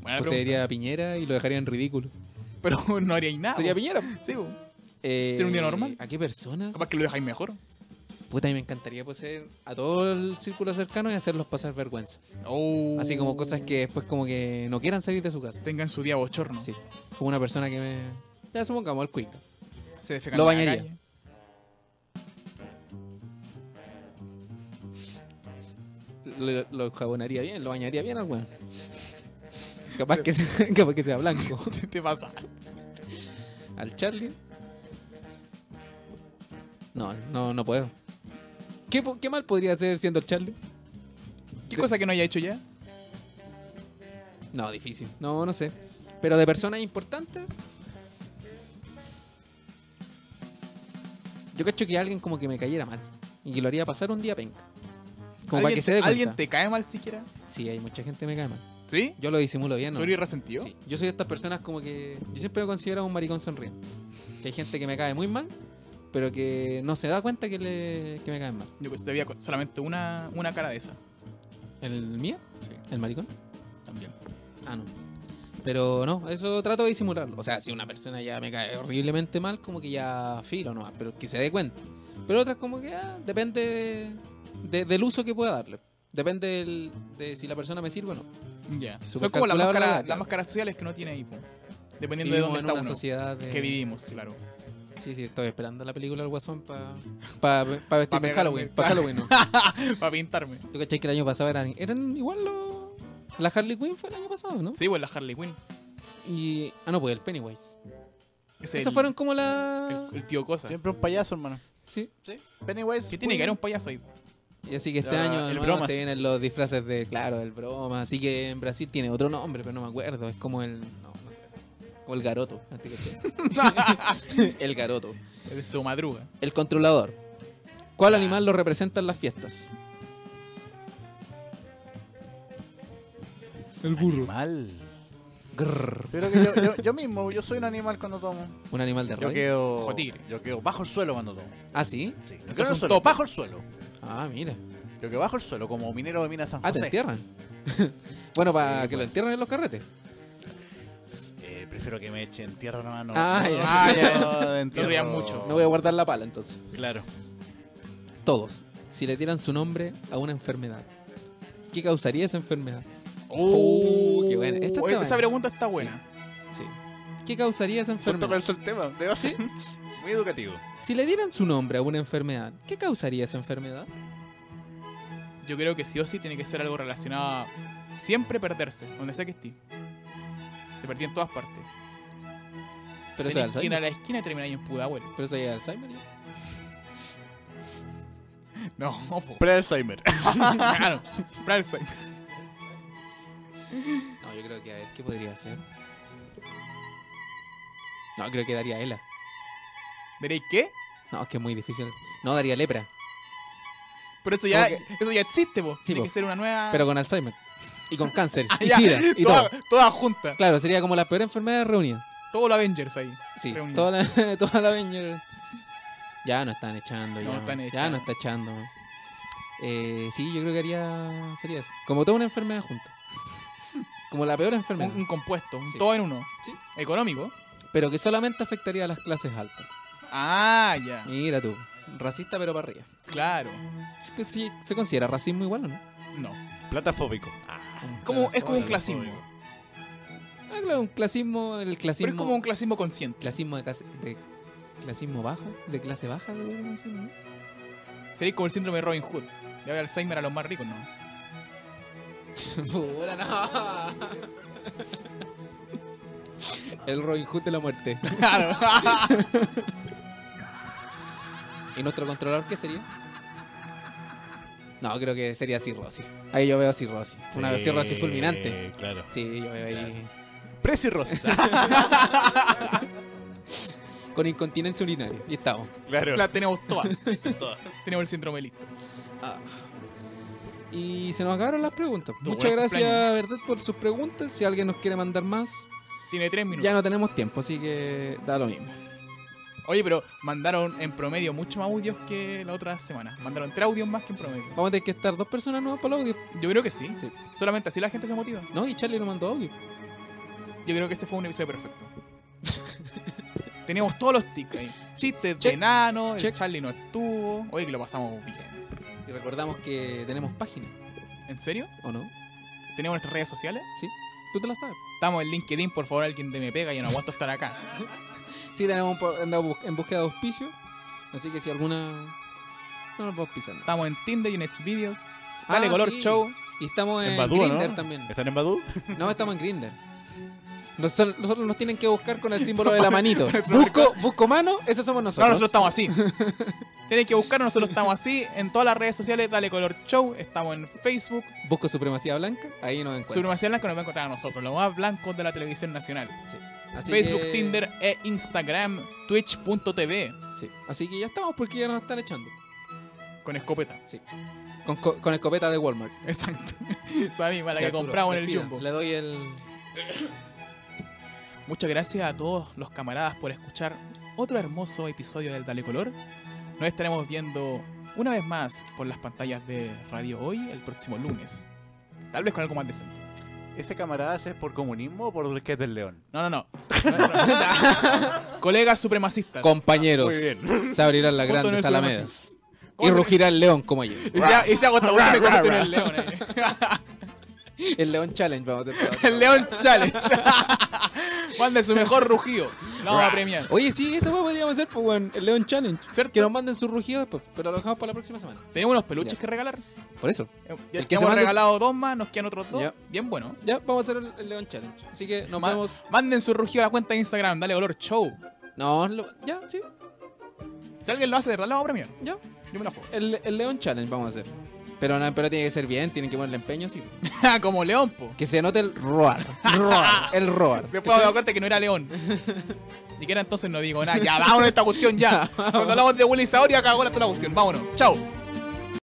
S1: Buena pregunta.
S3: Poseería a Piñera y lo dejaría en ridículo.
S1: Pero <laughs> no haríais nada.
S3: Sería
S1: Ah, po.
S3: Piñera.
S1: Sí, po.
S3: Eh,
S1: ¿Sería un día normal?
S3: ¿A qué personas?
S1: Capaz que lo dejáis mejor.
S3: Puta, a mí me encantaría poseer a todo el círculo cercano y hacerlos pasar vergüenza.
S1: Oh.
S3: Así como cosas que después como que no quieran salir de su casa.
S1: Tengan su día bochorno.
S3: Sí. Como una persona que me... Ya supongamos, al cuico.
S1: Se defecan
S3: Lo
S1: en la
S3: bañaría.
S1: calle.
S3: Lo, lo jabonaría bien, lo bañaría bien al weón. Capaz que, sea, <laughs> capaz que sea blanco.
S1: ¿Qué <laughs> te pasa?
S3: Al Charlie. No, no, no puedo. ¿Qué, po- qué mal podría hacer siendo el Charlie?
S1: ¿Qué cosa que no haya hecho ya?
S3: No, difícil. No, no sé. Pero de personas importantes. Yo cacho que alguien como que me cayera mal. Y que lo haría pasar un día penca. Como para
S1: ¿Alguien-
S3: que se dé cuenta.
S1: ¿Alguien te cae mal siquiera?
S3: Sí, hay mucha gente que me cae mal.
S1: ¿Sí?
S3: Yo lo disimulo bien, ¿no?
S1: ¿Tú eres resentido?
S3: Sí. Yo soy de estas personas como que. Yo siempre me considero un maricón sonriente. Que hay gente que me cae muy mal, pero que no se da cuenta que, le, que me caen mal.
S1: Yo pues te había co- solamente una, una cara de esa.
S3: ¿El mío?
S1: Sí.
S3: ¿El maricón?
S1: También.
S3: Ah, no. Pero no, eso trato de disimularlo. O sea, si una persona ya me cae horriblemente mal, como que ya filo nomás, pero que se dé cuenta. Pero otras como que ah, depende de- de- del uso que pueda darle. Depende del- de si la persona me sirve o no.
S1: Ya.
S3: Súper
S1: Son como las
S3: calculadora,
S1: máscaras,
S3: claro.
S1: las máscaras sociales que no tiene hipo. Dependiendo
S3: Vivimos
S1: de dónde
S3: en
S1: está
S3: una
S1: uno.
S3: sociedad de-
S1: Que vivimos, claro. <laughs>
S3: Sí, sí, estoy esperando la película del Guasón para pa, pa
S1: pegarme,
S3: vestirme en Halloween. Para
S1: claro. <laughs>
S3: Halloween, no.
S1: Para pintarme.
S3: ¿Tú cachai que el año pasado eran, eran igual los... La Harley Quinn fue el año pasado, ¿no?
S1: Sí, pues la Harley Quinn.
S3: Y... Ah, no, pues el Pennywise.
S1: Ese es
S3: Esos
S1: el-
S3: fueron como la...
S1: el, el tío cosa.
S4: Siempre un payaso, hermano.
S3: Sí.
S4: Sí. Pennywise.
S1: Que tiene que haber un payaso ahí.
S3: Y así que este
S4: Ya,
S3: año de
S4: el
S3: nuevo
S4: bromas.
S3: se vienen los disfraces de, claro, el broma. Así que en Brasil tiene otro nombre, pero no me acuerdo. Es como el. No, no me acuerdo. como el garoto.
S4: <laughs>
S3: así que- el garoto.
S1: El su madruga.
S3: El controlador. ¿Cuál animal lo representa en las fiestas?
S7: El burro.
S4: Mal.
S3: Grrr.
S4: Yo creo que yo, yo- yo mismo, yo soy un animal cuando tomo.
S3: Un animal de
S4: Yo
S3: radio.
S4: quedo.
S1: Ojo tigre.
S4: Yo quedo bajo el suelo cuando tomo.
S3: Ah,
S4: Sí.
S3: sí.
S4: Yo
S1: Entonces
S4: quedo en el
S1: un
S4: suelo,
S1: topo.
S4: bajo el suelo.
S3: Ah, mira.
S4: Yo quedo bajo el suelo, como minero de Minas San
S3: Ah, te
S4: José.
S3: entierran. <laughs> bueno, para que lo entierren en los carretes.
S4: Eh, prefiero que me echen tierra, hermano.
S3: Ah,
S4: No,
S3: ya.
S1: Ah, ya.
S4: no, de entierro.
S1: rías mucho.
S3: No voy a guardar la pala entonces.
S4: Claro.
S3: Todos. Si le dieran su nombre a una enfermedad, ¿qué causaría esa enfermedad?
S1: Oh,
S3: qué buena. Esta está
S1: Esa
S3: buena.
S1: pregunta está buena.
S3: Sí. ¿Qué causaría esa
S2: Justo
S3: enfermedad?
S2: pensó el tema. Debe ser muy educativo.
S3: Si le dieran su nombre a una enfermedad, ¿qué causaría esa enfermedad?
S1: Yo creo que sí o sí tiene que ser algo relacionado a siempre perderse, donde sea que esté. Te perdí en todas partes.
S3: Pero eso
S1: Tenés
S3: es
S1: que ir a
S3: Alzheimer.
S1: la esquina y terminar ahí en Pudahuel. <laughs>
S3: Pero eso es Alzheimer. ya.
S1: No, po.
S2: Pre-Alzheimer.
S1: <laughs> claro. Alzheimer.
S3: No, yo creo que a ver, ¿qué podría hacer? No, creo que daría ELA.
S1: ¿Diréis qué?
S3: No, es que es muy difícil. No, daría lepra,
S1: Pero eso ya,
S3: Como
S1: eso ya existe, po. tiene
S3: po.
S1: que ser una nueva.
S3: pero con Alzheimer. Y
S1: <laughs>
S3: con cáncer. y
S1: Ah. Ya,
S3: sida. Y
S1: toda,
S3: todo.
S1: toda junta.
S3: Claro, sería como las peores enfermedades reunidas.
S1: Todo lo Avengers ahí.
S3: Sí,
S1: Reunido.
S3: toda la, <laughs> toda la Avenger. Ya no están echando,
S1: No
S3: ya.
S1: están
S3: Ya
S1: echando.
S3: no está echando. Eh, sí, yo creo que haría. Sería eso. Como toda una enfermedad junta. <laughs> Como la peor
S1: Un,
S3: enfermedad.
S1: un compuesto, un
S3: Sí.
S1: todo en uno.
S3: Sí.
S1: Económico.
S3: Pero que solamente afectaría a las clases altas.
S1: Ah, ya.
S3: Mira tú. Racista, pero para arriba.
S1: Claro.
S3: Es que sí, ¿Se considera racismo igual o no?
S1: No.
S2: Platafóbico. Ah,
S1: Como, es como un
S2: Claro,
S1: clasismo.
S2: obvio.
S3: Ah, claro, un clasismo. El clasismo.
S1: Pero es como un clasismo consciente.
S3: Clasismo de, clase- de- Clasismo bajo. De clase baja, lo podríamos decir, ¿no?
S1: Sería como el síndrome de Robin Hood. Le da Alzheimer a los más ricos, ¿no?
S3: Puta, no. El Robin Hood de la muerte.
S1: Claro.
S3: ¿Y nuestro controlador qué sería? No, creo que sería cirrosis. Ahí yo veo cirrosis. Una
S2: Sí,
S3: cirrosis fulminante.
S2: eh, Claro.
S3: Sí, yo veo ahí.
S2: Pre-cirrosis.
S3: Con incontinencia urinaria. Y estamos.
S2: claro.
S1: La tenemos
S3: <laughs>
S1: todas.
S2: Todas.
S1: tenemos el síndrome listo.
S3: Ah. Y se nos acabaron las preguntas.
S1: Tu
S3: Muchas
S1: buen
S3: gracias,
S1: cumpleaños.
S3: ¿verdad? Por sus preguntas. Si alguien nos quiere mandar más,
S1: Tiene tres minutos.
S3: ya no tenemos tiempo, así que da lo mismo.
S1: Oye, pero mandaron en promedio mucho más audios que la otra semana. Mandaron tres audios más que en promedio.
S3: Vamos a tener que estar dos personas nuevas para el audio.
S1: Yo creo que sí.
S3: Sí.
S1: Solamente así la gente se motiva.
S3: No, y Charlie no mandó audio.
S1: Yo creo que este fue un episodio perfecto. <laughs> Teníamos todos los tics ahí. Chistes
S3: Check.
S1: de enano, el
S3: Check.
S1: Charlie no estuvo. Oye, que lo pasamos bien.
S3: Y recordamos que tenemos página,
S1: ¿En serio?
S3: ¿o no?
S1: ¿Tenemos nuestras redes sociales?
S3: Tú te la sabes.
S1: Estamos en LinkedIn, por favor, alguien de me pega. Yo no aguanto estar acá.
S3: Sí, tenemos un po- andamos bus- en búsqueda de auspicio. Así que si alguna. No nos va a auspiciar. nada.
S1: Estamos en Tinder y en Xvideos. Dale color
S3: Ah, sí.
S1: show.
S3: Y estamos en,
S2: En Badoo,
S3: Grindr
S2: ¿no?
S3: también.
S2: ¿Están en Badu?
S3: No, estamos en Grindr. Nosotros, nosotros nos tienen que buscar con el símbolo de la manito. Busco, busco mano, esos somos
S1: No,
S3: nosotros.
S1: nosotros estamos
S3: <laughs>
S1: así. Tienen que buscarnos, nosotros estamos así. En todas las redes sociales, dale color show. Estamos en Facebook.
S3: Busco supremacía blanca, ahí nos encuentran.
S1: Supremacía Blanca nos va a encontrar a nosotros, los más blancos de la televisión nacional.
S3: Así
S1: Facebook,
S3: que-
S1: Tinder e Instagram, Twitch.tv
S3: Sí. Así que ya estamos porque ya nos están echando.
S1: con escopeta. <laughs>
S3: Con, co- con escopeta de Walmart.
S1: Exacto. Esa misma, la que
S3: Arturo,
S1: compramos en el
S3: despido.
S1: Jumbo.
S3: Le doy el.
S1: Muchas gracias a todos los camaradas por escuchar otro hermoso episodio del Dale Color. Nos estaremos viendo una vez más por las pantallas de Radio Hoy el próximo lunes. Tal vez con algo más decente.
S2: ¿Ese camarada es por comunismo o por que es del león?
S1: No, no, no. No, no,
S3: <laughs>
S1: no. Colegas supremacistas.
S3: Compañeros.
S2: Muy bien.
S3: Se abrirán las
S1: Justo en el
S3: grandes alamedas.
S1: supremacismo.
S3: Y rugirá el león como ayer.
S1: Y se- y se agota un me convertí en el león. ahí.
S3: <laughs> El León Challenge, vamos a hacer.
S1: <laughs> El León Challenge. Mande su mejor rugido. Lo vamos a premiar.
S3: <laughs> Oye, sí, eso pues podríamos hacer, pues, weón, el León Challenge.
S1: ¿Cierto?
S3: Que nos manden sus rugidos, pues, pero lo dejamos para la próxima semana.
S1: Tenemos unos peluches
S3: Ya.
S1: que regalar.
S3: Por eso.
S1: Eh, Ya
S3: El que se
S1: hemos
S3: mande-
S1: regalado dos más, nos quedan otros dos.
S3: Ya.
S1: Bien bueno.
S3: Ya, vamos a hacer el, el León Challenge. Así que nos
S1: Ma-
S3: vemos.
S1: Manden su rugido a la cuenta de Instagram, dale valor show.
S3: No, lo- ya, sí.
S1: Si alguien lo hace, de verdad lo vamos a premiar.
S3: Ya.
S1: Yo me la juego. <laughs>
S3: El, el León Challenge vamos a hacer. Pero, no, pero tiene que ser bien, tienen que ponerle empeño, sí.
S1: Como león, po.
S3: Que se note el roar. <laughs> roar el roar.
S1: Después me voy a acordar que no era león. Y
S3: <laughs>
S1: que era entonces no digo nada. Ya, vámonos de esta cuestión ya. Cuando hablamos de Willy Saurio, acabó la toda la cuestión. Vámonos. Chao.